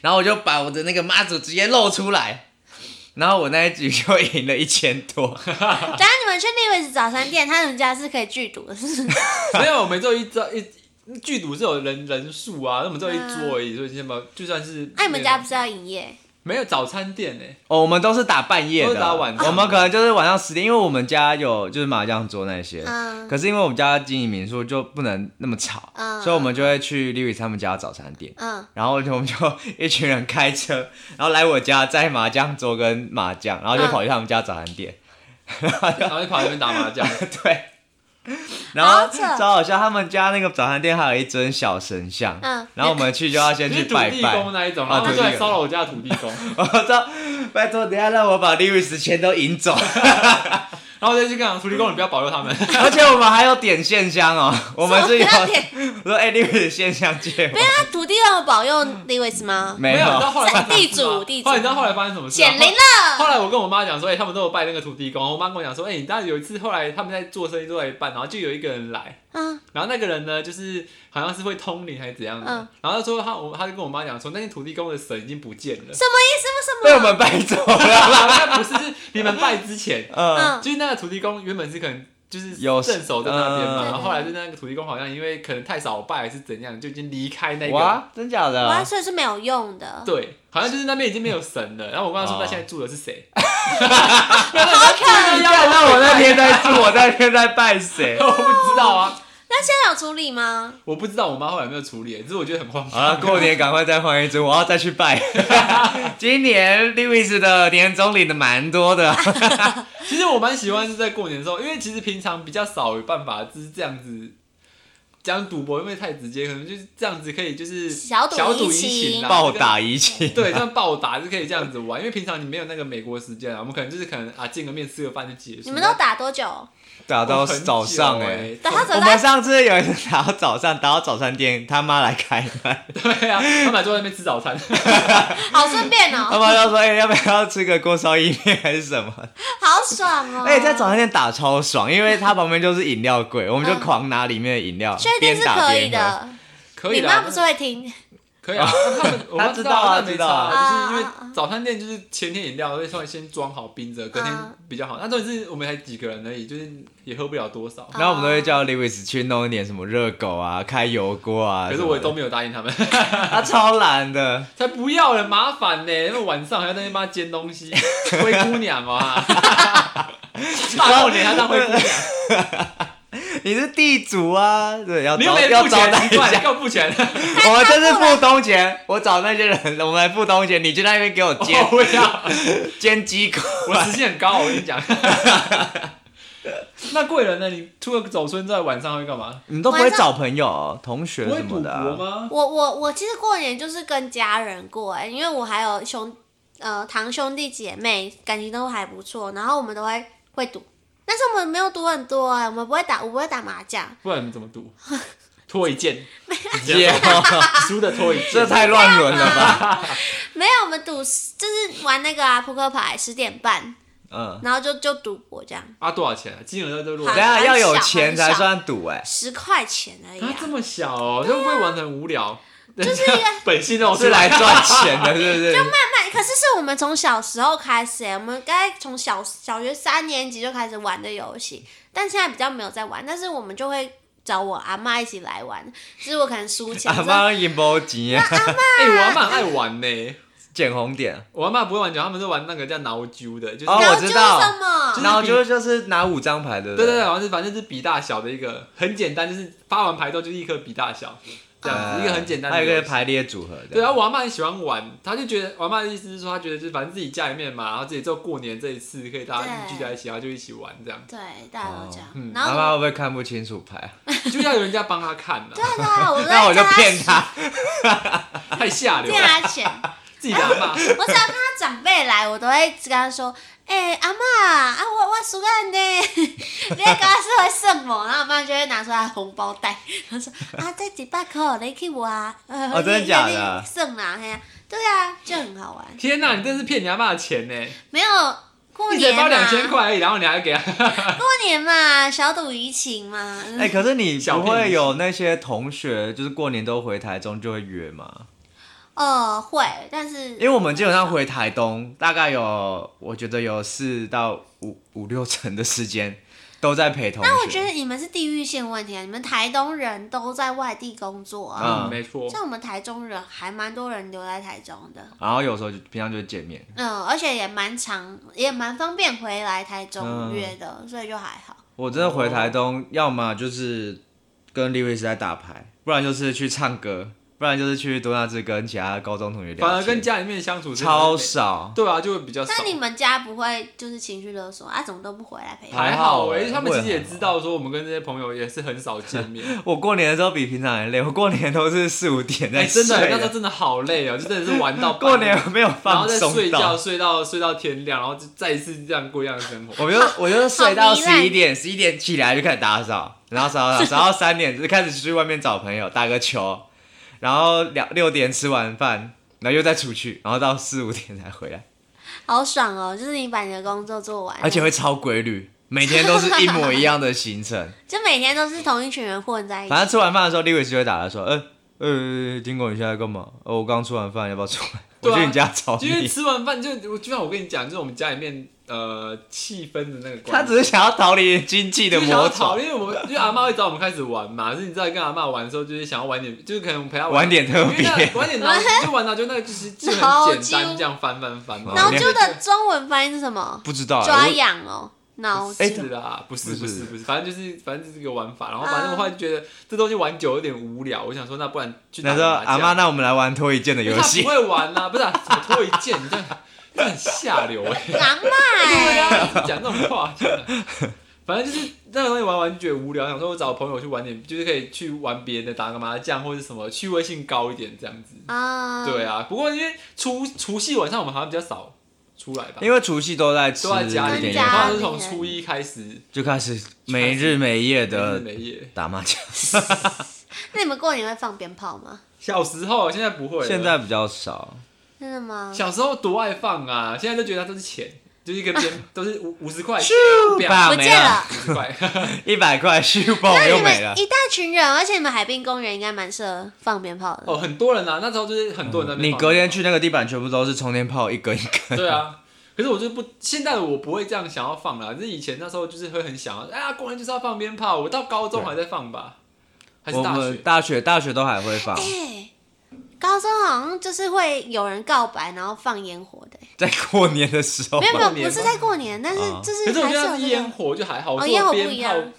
Speaker 3: 然后我就把我的那个妈祖直接露出来，然后我那一局就赢了一千多，
Speaker 1: 等下你们去 l e w 早餐店，他们家是可以拒赌的，是不是？
Speaker 2: 没有，我们就一招一剧毒是有人人数啊，那我们就一桌而已，所以先把就算是
Speaker 1: 嗯那、你们家不是要营业？
Speaker 2: 没有早餐店欸呢、
Speaker 3: 哦，我们都是打半夜
Speaker 2: 都
Speaker 3: 的，
Speaker 2: 是打晚上
Speaker 3: 我们可能就是晚上十点，因为我们家有就是麻将桌那些，
Speaker 1: 嗯
Speaker 3: 可是因为我们家经营民宿就不能那么吵，
Speaker 1: 嗯
Speaker 3: 所以我们就会去 Lewis 他们家的早餐店。
Speaker 1: 嗯，
Speaker 3: 然后就我们就一群人开车，然后来我家摘麻将桌跟麻将，然后就
Speaker 1: 嗯
Speaker 3: 跑去他们家早餐店，
Speaker 2: 然后就跑那边打麻将，
Speaker 3: 对，然后
Speaker 1: 好扯
Speaker 3: 超好笑，他们家那个早餐店还有一尊小神像，
Speaker 1: 嗯
Speaker 3: 然后我们去就要 先
Speaker 2: 就
Speaker 3: 去
Speaker 2: 是土
Speaker 3: 拜
Speaker 2: 地
Speaker 3: 拜，
Speaker 2: 公那一种，
Speaker 3: 啊
Speaker 2: 然后他就
Speaker 3: 土地
Speaker 2: 来
Speaker 3: 公
Speaker 2: 骚扰我家的土地公，
Speaker 3: 我说拜托，等一下让我把 Lewis 钱都赢走，
Speaker 2: 然后我就去跟他讲土地公，你不要保佑他们，
Speaker 3: 而且我们还有点线香哦，我们是 有
Speaker 1: 不要点
Speaker 3: 我说哎、欸、，Lewis 线香借我，
Speaker 1: 那土地让我保佑 l e w 吗？
Speaker 3: 没
Speaker 2: 有，你知道后来发生什么
Speaker 1: 地
Speaker 2: 事吗
Speaker 1: 主地主
Speaker 2: 后来你知道后来发生什么事吗？
Speaker 1: 显灵啊
Speaker 2: 后
Speaker 1: 了，
Speaker 2: 来我跟我妈讲说，哎、他们都有拜那个土地公。我妈跟我讲说，哎、你知道有一次，后来他们在做生意做到一半，然后就有一个人来，
Speaker 1: 嗯，
Speaker 2: 然后那个人呢，就是好像是会通灵还是怎样的，
Speaker 1: 嗯
Speaker 2: 然后他说他我他就跟我妈讲说，那些土地公的神已经不见 了。
Speaker 1: 什么意思？为什么？
Speaker 3: 被我们拜走了，
Speaker 2: 那不是是你们拜之前，
Speaker 3: 嗯，
Speaker 1: 嗯
Speaker 2: 就是那个土地公原本是可能就是
Speaker 3: 有
Speaker 2: 镇守在那边嘛，
Speaker 3: 嗯
Speaker 2: 然后后来就那个土地公好像因为可能太少拜还是怎样，就已经离开那个。
Speaker 3: 哇，真假的？
Speaker 1: 哇，所以是没有用的，
Speaker 2: 对，好像就是那边已经没有神了。然后我跟他说，
Speaker 3: 哦
Speaker 2: 那现在住的是谁？
Speaker 1: 好可
Speaker 3: 你
Speaker 1: 爱。
Speaker 3: 看到我那天在做，我那天在拜谁？
Speaker 2: 我不知道啊，
Speaker 1: 那现在有处理吗？
Speaker 2: 我不知道我妈后来有没有处理，只是我觉得很荒
Speaker 3: 好
Speaker 2: 谬。
Speaker 3: 了，过年赶快再换一只，我要再去拜。今年 Lewis 的年终领的蛮多的，
Speaker 2: 其实我蛮喜欢是在过年的时候，因为其实平常比较少有办法就是这样子讲赌博，因为太直接，可能就是这样子可以就是
Speaker 1: 小赌
Speaker 2: 小赌
Speaker 1: 怡
Speaker 2: 情
Speaker 1: 情
Speaker 2: 啦，
Speaker 3: 暴打一气。
Speaker 2: 对，像暴打是可以这样子玩，因为平常你没有那个美国时间啊，我们可能就是可能啊见个面吃个饭就结束。
Speaker 1: 你们都打多久？
Speaker 3: 打 到
Speaker 2: 很久
Speaker 3: 早上哎、
Speaker 2: 欸，
Speaker 1: 打到
Speaker 2: 对
Speaker 1: 早
Speaker 3: 我们
Speaker 1: 上？
Speaker 3: 上次有一次打到早上，打到早餐店，他妈来开门，
Speaker 2: 对啊，他们还坐在那边吃早 餐，
Speaker 1: 好顺便
Speaker 3: 他
Speaker 1: 哦，
Speaker 3: 妈就说：“哎、要不要吃个锅烧意面还是什么
Speaker 1: 好爽？”哦。
Speaker 3: 呃哎、在早餐店打超爽，因为它旁边就是饮料柜，我们就狂拿里面的饮料，
Speaker 1: 嗯确定
Speaker 3: 边
Speaker 1: 是
Speaker 3: 打
Speaker 1: 可以
Speaker 3: 边喝。
Speaker 1: 的，
Speaker 2: 可以
Speaker 1: 你
Speaker 2: 的。
Speaker 1: 妈不是会听？
Speaker 2: 可以啊，他们我妈
Speaker 3: 他知道啊
Speaker 2: 那没
Speaker 3: 知道
Speaker 2: 差
Speaker 1: 啊
Speaker 2: 就是因
Speaker 1: 啊啊
Speaker 2: 为早餐店就是前天饮料会稍微先装好冰着，隔天
Speaker 1: 啊
Speaker 2: 比较好。那重点是我们才几个人而已，就是也喝不了多少。
Speaker 3: 然后我们都会叫 Lewis 去弄一点什么热狗啊、开油锅啊什么
Speaker 2: 可
Speaker 3: 的。
Speaker 2: 是我也都没有答应他们，
Speaker 3: 他超懒的，
Speaker 2: 才不要了，麻烦呢、那晚上还要在那边帮他煎东 西，灰姑娘啊，大过年还当灰姑娘，
Speaker 3: 你是地主啊，对，要
Speaker 2: 你又
Speaker 3: 招
Speaker 2: 没
Speaker 3: 要
Speaker 2: 付
Speaker 3: 招待
Speaker 2: 钱，
Speaker 3: 一
Speaker 2: 奇怪，你
Speaker 3: 下。
Speaker 2: 又付钱，
Speaker 3: 我们这是付东钱，我找那些人，我们来付东钱，你去那边给我 煎、
Speaker 2: 哦我不要，
Speaker 3: 煎鸡块。
Speaker 2: 我时薪很高，我跟你讲。那贵人呢？你除了走村之外，晚上会干嘛？
Speaker 3: 你都不会找朋友、同学
Speaker 2: 不会
Speaker 3: 什
Speaker 2: 赌
Speaker 3: 么的、
Speaker 2: 博
Speaker 3: 啊？
Speaker 2: 吗？
Speaker 1: 我我我其实过年就是跟家人过、哎，因为我还有兄呃堂兄弟姐妹，感情都还不错，然后我们都会会赌，但是我们没有赌很多、哎，我们不会打，我不会打麻将，
Speaker 2: 不然你怎么赌？拖一件，
Speaker 3: 耶，
Speaker 2: 输的拖一
Speaker 3: 这
Speaker 2: 件。
Speaker 3: 太乱伦了 吧？
Speaker 1: 没有，我们赌就是玩那个啊扑克牌，十点半，
Speaker 3: 嗯，
Speaker 1: 然后就就赌博这样，
Speaker 2: 啊，多少钱啊？金额都落
Speaker 1: 好
Speaker 3: 等一
Speaker 2: 啊，
Speaker 3: 下要有钱才算赌哎、
Speaker 1: 十块钱而已、
Speaker 2: 这
Speaker 1: 啊。
Speaker 2: 么小哦，这会不会玩的很无聊？
Speaker 1: 就是一个
Speaker 2: 本性那种
Speaker 3: 是来赚 钱的，是不是？
Speaker 1: 那可是是我们从小时候开始、哎，我们大概从小小学三年级就开始玩的游戏，但现在比较没有在玩，但是我们就会。找我阿妈一起来玩，就是我可能输钱，
Speaker 3: 阿妈赢包钱 啊，
Speaker 2: 哎、我阿妈很爱玩呢、
Speaker 3: 捡红点。
Speaker 2: 我阿妈不会玩酒，他们是玩那个叫挠揪的，就是、
Speaker 3: 哦
Speaker 1: 然后
Speaker 3: 我
Speaker 1: 就
Speaker 3: 知
Speaker 1: 是
Speaker 3: 道
Speaker 1: 什么？
Speaker 2: 就是
Speaker 3: 然后就就是拿五张牌的，
Speaker 2: 对对对，好像是反正就是比大小的一个，很简单，就是发完牌之后就立刻比大小，这样子、
Speaker 3: 呃
Speaker 2: 一个很简单
Speaker 3: 还
Speaker 2: 的
Speaker 3: 有一
Speaker 2: 游
Speaker 3: 个
Speaker 2: 戏。
Speaker 3: 排列组合的。
Speaker 2: 对，然后啊我阿妈很喜欢玩，她就觉得我阿妈的意思是说，她觉得就是反正自己家里面嘛，然后自己就过年这一次可以大家
Speaker 1: 对
Speaker 2: 聚在一起，然后就一起玩 这样，
Speaker 1: 对，大家都这样。
Speaker 2: 嗯
Speaker 1: 然
Speaker 3: 阿
Speaker 1: 后
Speaker 3: 妈
Speaker 1: 我
Speaker 3: 会不会看不清楚牌？啊
Speaker 1: 啊
Speaker 2: 就要有人家帮她看了、
Speaker 1: 对啊，我在
Speaker 3: 那我就
Speaker 1: 家
Speaker 3: 骗他，
Speaker 2: 太下流
Speaker 1: 借
Speaker 2: 了，
Speaker 1: 他钱。
Speaker 2: 自己打骂。
Speaker 1: 我只要看到长辈来，我都会跟他说：“哎、阿妈啊，我我输干呢， 你在跟他说什么？”然后我妈就会拿出来红包袋，她说：“啊，这几百块你给我啊，呃
Speaker 3: 哦真的假的
Speaker 1: 送啦，嘿呀，对啊，就很好玩。
Speaker 2: 天哪，你真是骗你阿爸的钱呢！
Speaker 1: 没有过
Speaker 2: 你才
Speaker 1: 年啊
Speaker 2: 包
Speaker 1: 嘛，
Speaker 2: 两千块而已，然后你还给他，
Speaker 1: 过年嘛，小赌怡情嘛。嗯
Speaker 3: 哎、可是你
Speaker 2: 小
Speaker 3: 不
Speaker 2: 骗
Speaker 3: 会
Speaker 2: 你
Speaker 3: 有那些同学，就是过年都回台中就会约吗？
Speaker 1: 呃，会，但是
Speaker 3: 因为我们基本上回台东，大概有我觉得有四到五五六成的时间都在陪同学。
Speaker 1: 那我觉得你们是地域性问题啊，你们台东人都在外地工作啊，
Speaker 2: 嗯，没错，
Speaker 1: 像我们台中人还蛮多人留在台中的。
Speaker 3: 然后有时候就平常就会见面，
Speaker 1: 嗯，而且也蛮长，也蛮方便回来台中
Speaker 3: 嗯
Speaker 1: 约的，所以就还好。
Speaker 3: 我真的回台东，要么就是跟 Lewis 在打牌，不然就是去唱歌，不然就是去多纳兹跟其他高中同学聊天，
Speaker 2: 反而跟家里面相处真的
Speaker 3: 超
Speaker 2: 是
Speaker 3: 少。
Speaker 2: 对啊，就会比较少。
Speaker 1: 但你们家不会就是情绪勒索啊？怎么都不回来陪我？
Speaker 2: 还好
Speaker 3: 还好
Speaker 2: 哎、
Speaker 3: 欸
Speaker 2: 他们其实
Speaker 3: 会
Speaker 2: 也
Speaker 3: 还好
Speaker 2: 知道说我们跟这些朋友也是很少见面。
Speaker 3: 我过年的时候比平常还累，我过年都是四五点
Speaker 2: 哎、
Speaker 3: 在睡
Speaker 2: 真的，
Speaker 3: 的、
Speaker 2: 那时候真的好累哦、就真的是玩到
Speaker 3: 啊过
Speaker 2: 半夜，
Speaker 3: 年没有
Speaker 2: 然后
Speaker 3: 放
Speaker 2: 再
Speaker 3: 松
Speaker 2: 睡觉，
Speaker 3: 到。
Speaker 2: 睡到睡到天亮，然后就再一次这样过一样的生活。
Speaker 3: 我就我就睡到
Speaker 1: 好糜烂
Speaker 3: 十一点，十一点起来就开始打扫，然后扫扫扫到三点就开始去外面找朋友打个球，然后两六点吃完饭，然后又再出去，然后到四五点才回来，
Speaker 1: 好爽哦！就是你把你的工作做完，
Speaker 3: 而且会超规律，每天都是一模一样的行 程。
Speaker 1: 就每天都是同一群人混在一起
Speaker 3: 反。正吃完饭的时候，Lewis 就会打来说，呃呃，金狗你现在干嘛？哦，我刚吃完饭，要不要出来？
Speaker 2: 对
Speaker 3: 我
Speaker 2: 啊
Speaker 3: 去你家找
Speaker 2: 因为
Speaker 3: 哦你。
Speaker 2: 吃完饭就我就像我跟你讲，就是我们家里面呃气氛的那个
Speaker 3: 他
Speaker 2: 关系。
Speaker 3: 只是想要逃离经济的
Speaker 2: 就是想要
Speaker 3: 魔
Speaker 2: 逃，
Speaker 3: 爪，
Speaker 2: 因为我们因为阿妈会找我们开始玩嘛，可是你知道跟阿妈玩的时候，就是想要玩点，就是可能陪她
Speaker 3: 玩点特
Speaker 2: 因为那
Speaker 3: 别。
Speaker 2: 玩点脑就玩脑就那个就是就 很简单这样翻翻翻嘛。
Speaker 1: 然后
Speaker 3: 脑
Speaker 1: 就的中文翻译是什么？
Speaker 3: 不知道、啊
Speaker 1: 抓
Speaker 3: 我
Speaker 1: 痒哦，脑
Speaker 2: 不
Speaker 1: 筋
Speaker 2: 是啦，不是
Speaker 3: 哎不
Speaker 2: 不
Speaker 3: 是
Speaker 2: 是不是，反正就是反正就是一个玩法，然后
Speaker 1: 嗯
Speaker 2: 反正我后来就觉得这东西玩久有点无聊，我想说那不然去打
Speaker 3: 那时候阿
Speaker 2: 麻
Speaker 3: 妈，
Speaker 2: 将，
Speaker 3: 那我们来玩脱一件的
Speaker 2: 因为
Speaker 3: 游
Speaker 2: 他
Speaker 3: 戏
Speaker 2: 不。会玩啦，不是啊什 么脱一件，你这样这很下流哎。
Speaker 1: 狼
Speaker 2: 对
Speaker 1: 脉。
Speaker 2: 呀， 讲这种话，真的反正就是那个东西玩完觉得无聊，想说我找朋友去玩点，就是可以去玩别的，打个麻将或者什么，趣味性高一点这样子。
Speaker 1: 啊，
Speaker 2: 对啊，不过因为除除夕晚上我们好像比较少出来吧，
Speaker 3: 因为除夕都在吃
Speaker 2: 都在家里
Speaker 3: 一
Speaker 1: 跟
Speaker 2: 面，通
Speaker 3: 点
Speaker 1: 家里
Speaker 2: 常都是从初一开始，
Speaker 3: 就开始没日没夜
Speaker 2: 的
Speaker 3: 的
Speaker 2: 没夜。
Speaker 3: 打麻将。
Speaker 1: 那你们过年会放鞭炮吗？
Speaker 2: 小时候，现在不会了。
Speaker 3: 现在比较少，
Speaker 1: 真的吗？
Speaker 2: 小时候多爱放啊，现在都觉得它都是钱，就是一个 边都是五五十块，不要
Speaker 3: 吧
Speaker 1: 不见了。
Speaker 2: 五十块。
Speaker 3: 一百块虚报
Speaker 1: 那
Speaker 3: 又
Speaker 1: 你
Speaker 3: 没了
Speaker 1: 们。一大群人，而且你们海滨公园应该蛮适合放鞭炮的。
Speaker 2: 哦，很多人啊，那时候就是很多人在那边
Speaker 3: 嗯你
Speaker 2: 放
Speaker 3: 隔天去那个地板全部都是冲天炮，一根一根。
Speaker 2: 对啊，可是我就不，现在的我不会这样想要放了。就是以前那时候就是会很想要，哎呀，过年就是要放鞭炮。我到高中还在放吧，还是
Speaker 3: 我
Speaker 2: 大
Speaker 3: 们
Speaker 2: 学？
Speaker 3: 大学大学都还会放
Speaker 1: 哎、，高中好像就是会有人告白，然后放烟火的、
Speaker 3: 在过年的时
Speaker 2: 哦
Speaker 3: 候
Speaker 1: 没有没
Speaker 3: 吧。
Speaker 1: 有，不是在过年，但是
Speaker 3: 啊
Speaker 1: 就是
Speaker 2: 可是我
Speaker 1: 还
Speaker 2: 觉
Speaker 1: 是有
Speaker 2: 得是
Speaker 1: 这
Speaker 2: 烟
Speaker 1: 个。
Speaker 2: 火就还好，
Speaker 1: 哦
Speaker 2: 我
Speaker 1: 烟火
Speaker 2: 说
Speaker 1: 不
Speaker 2: 鞭
Speaker 1: 一
Speaker 2: 炮
Speaker 1: 样，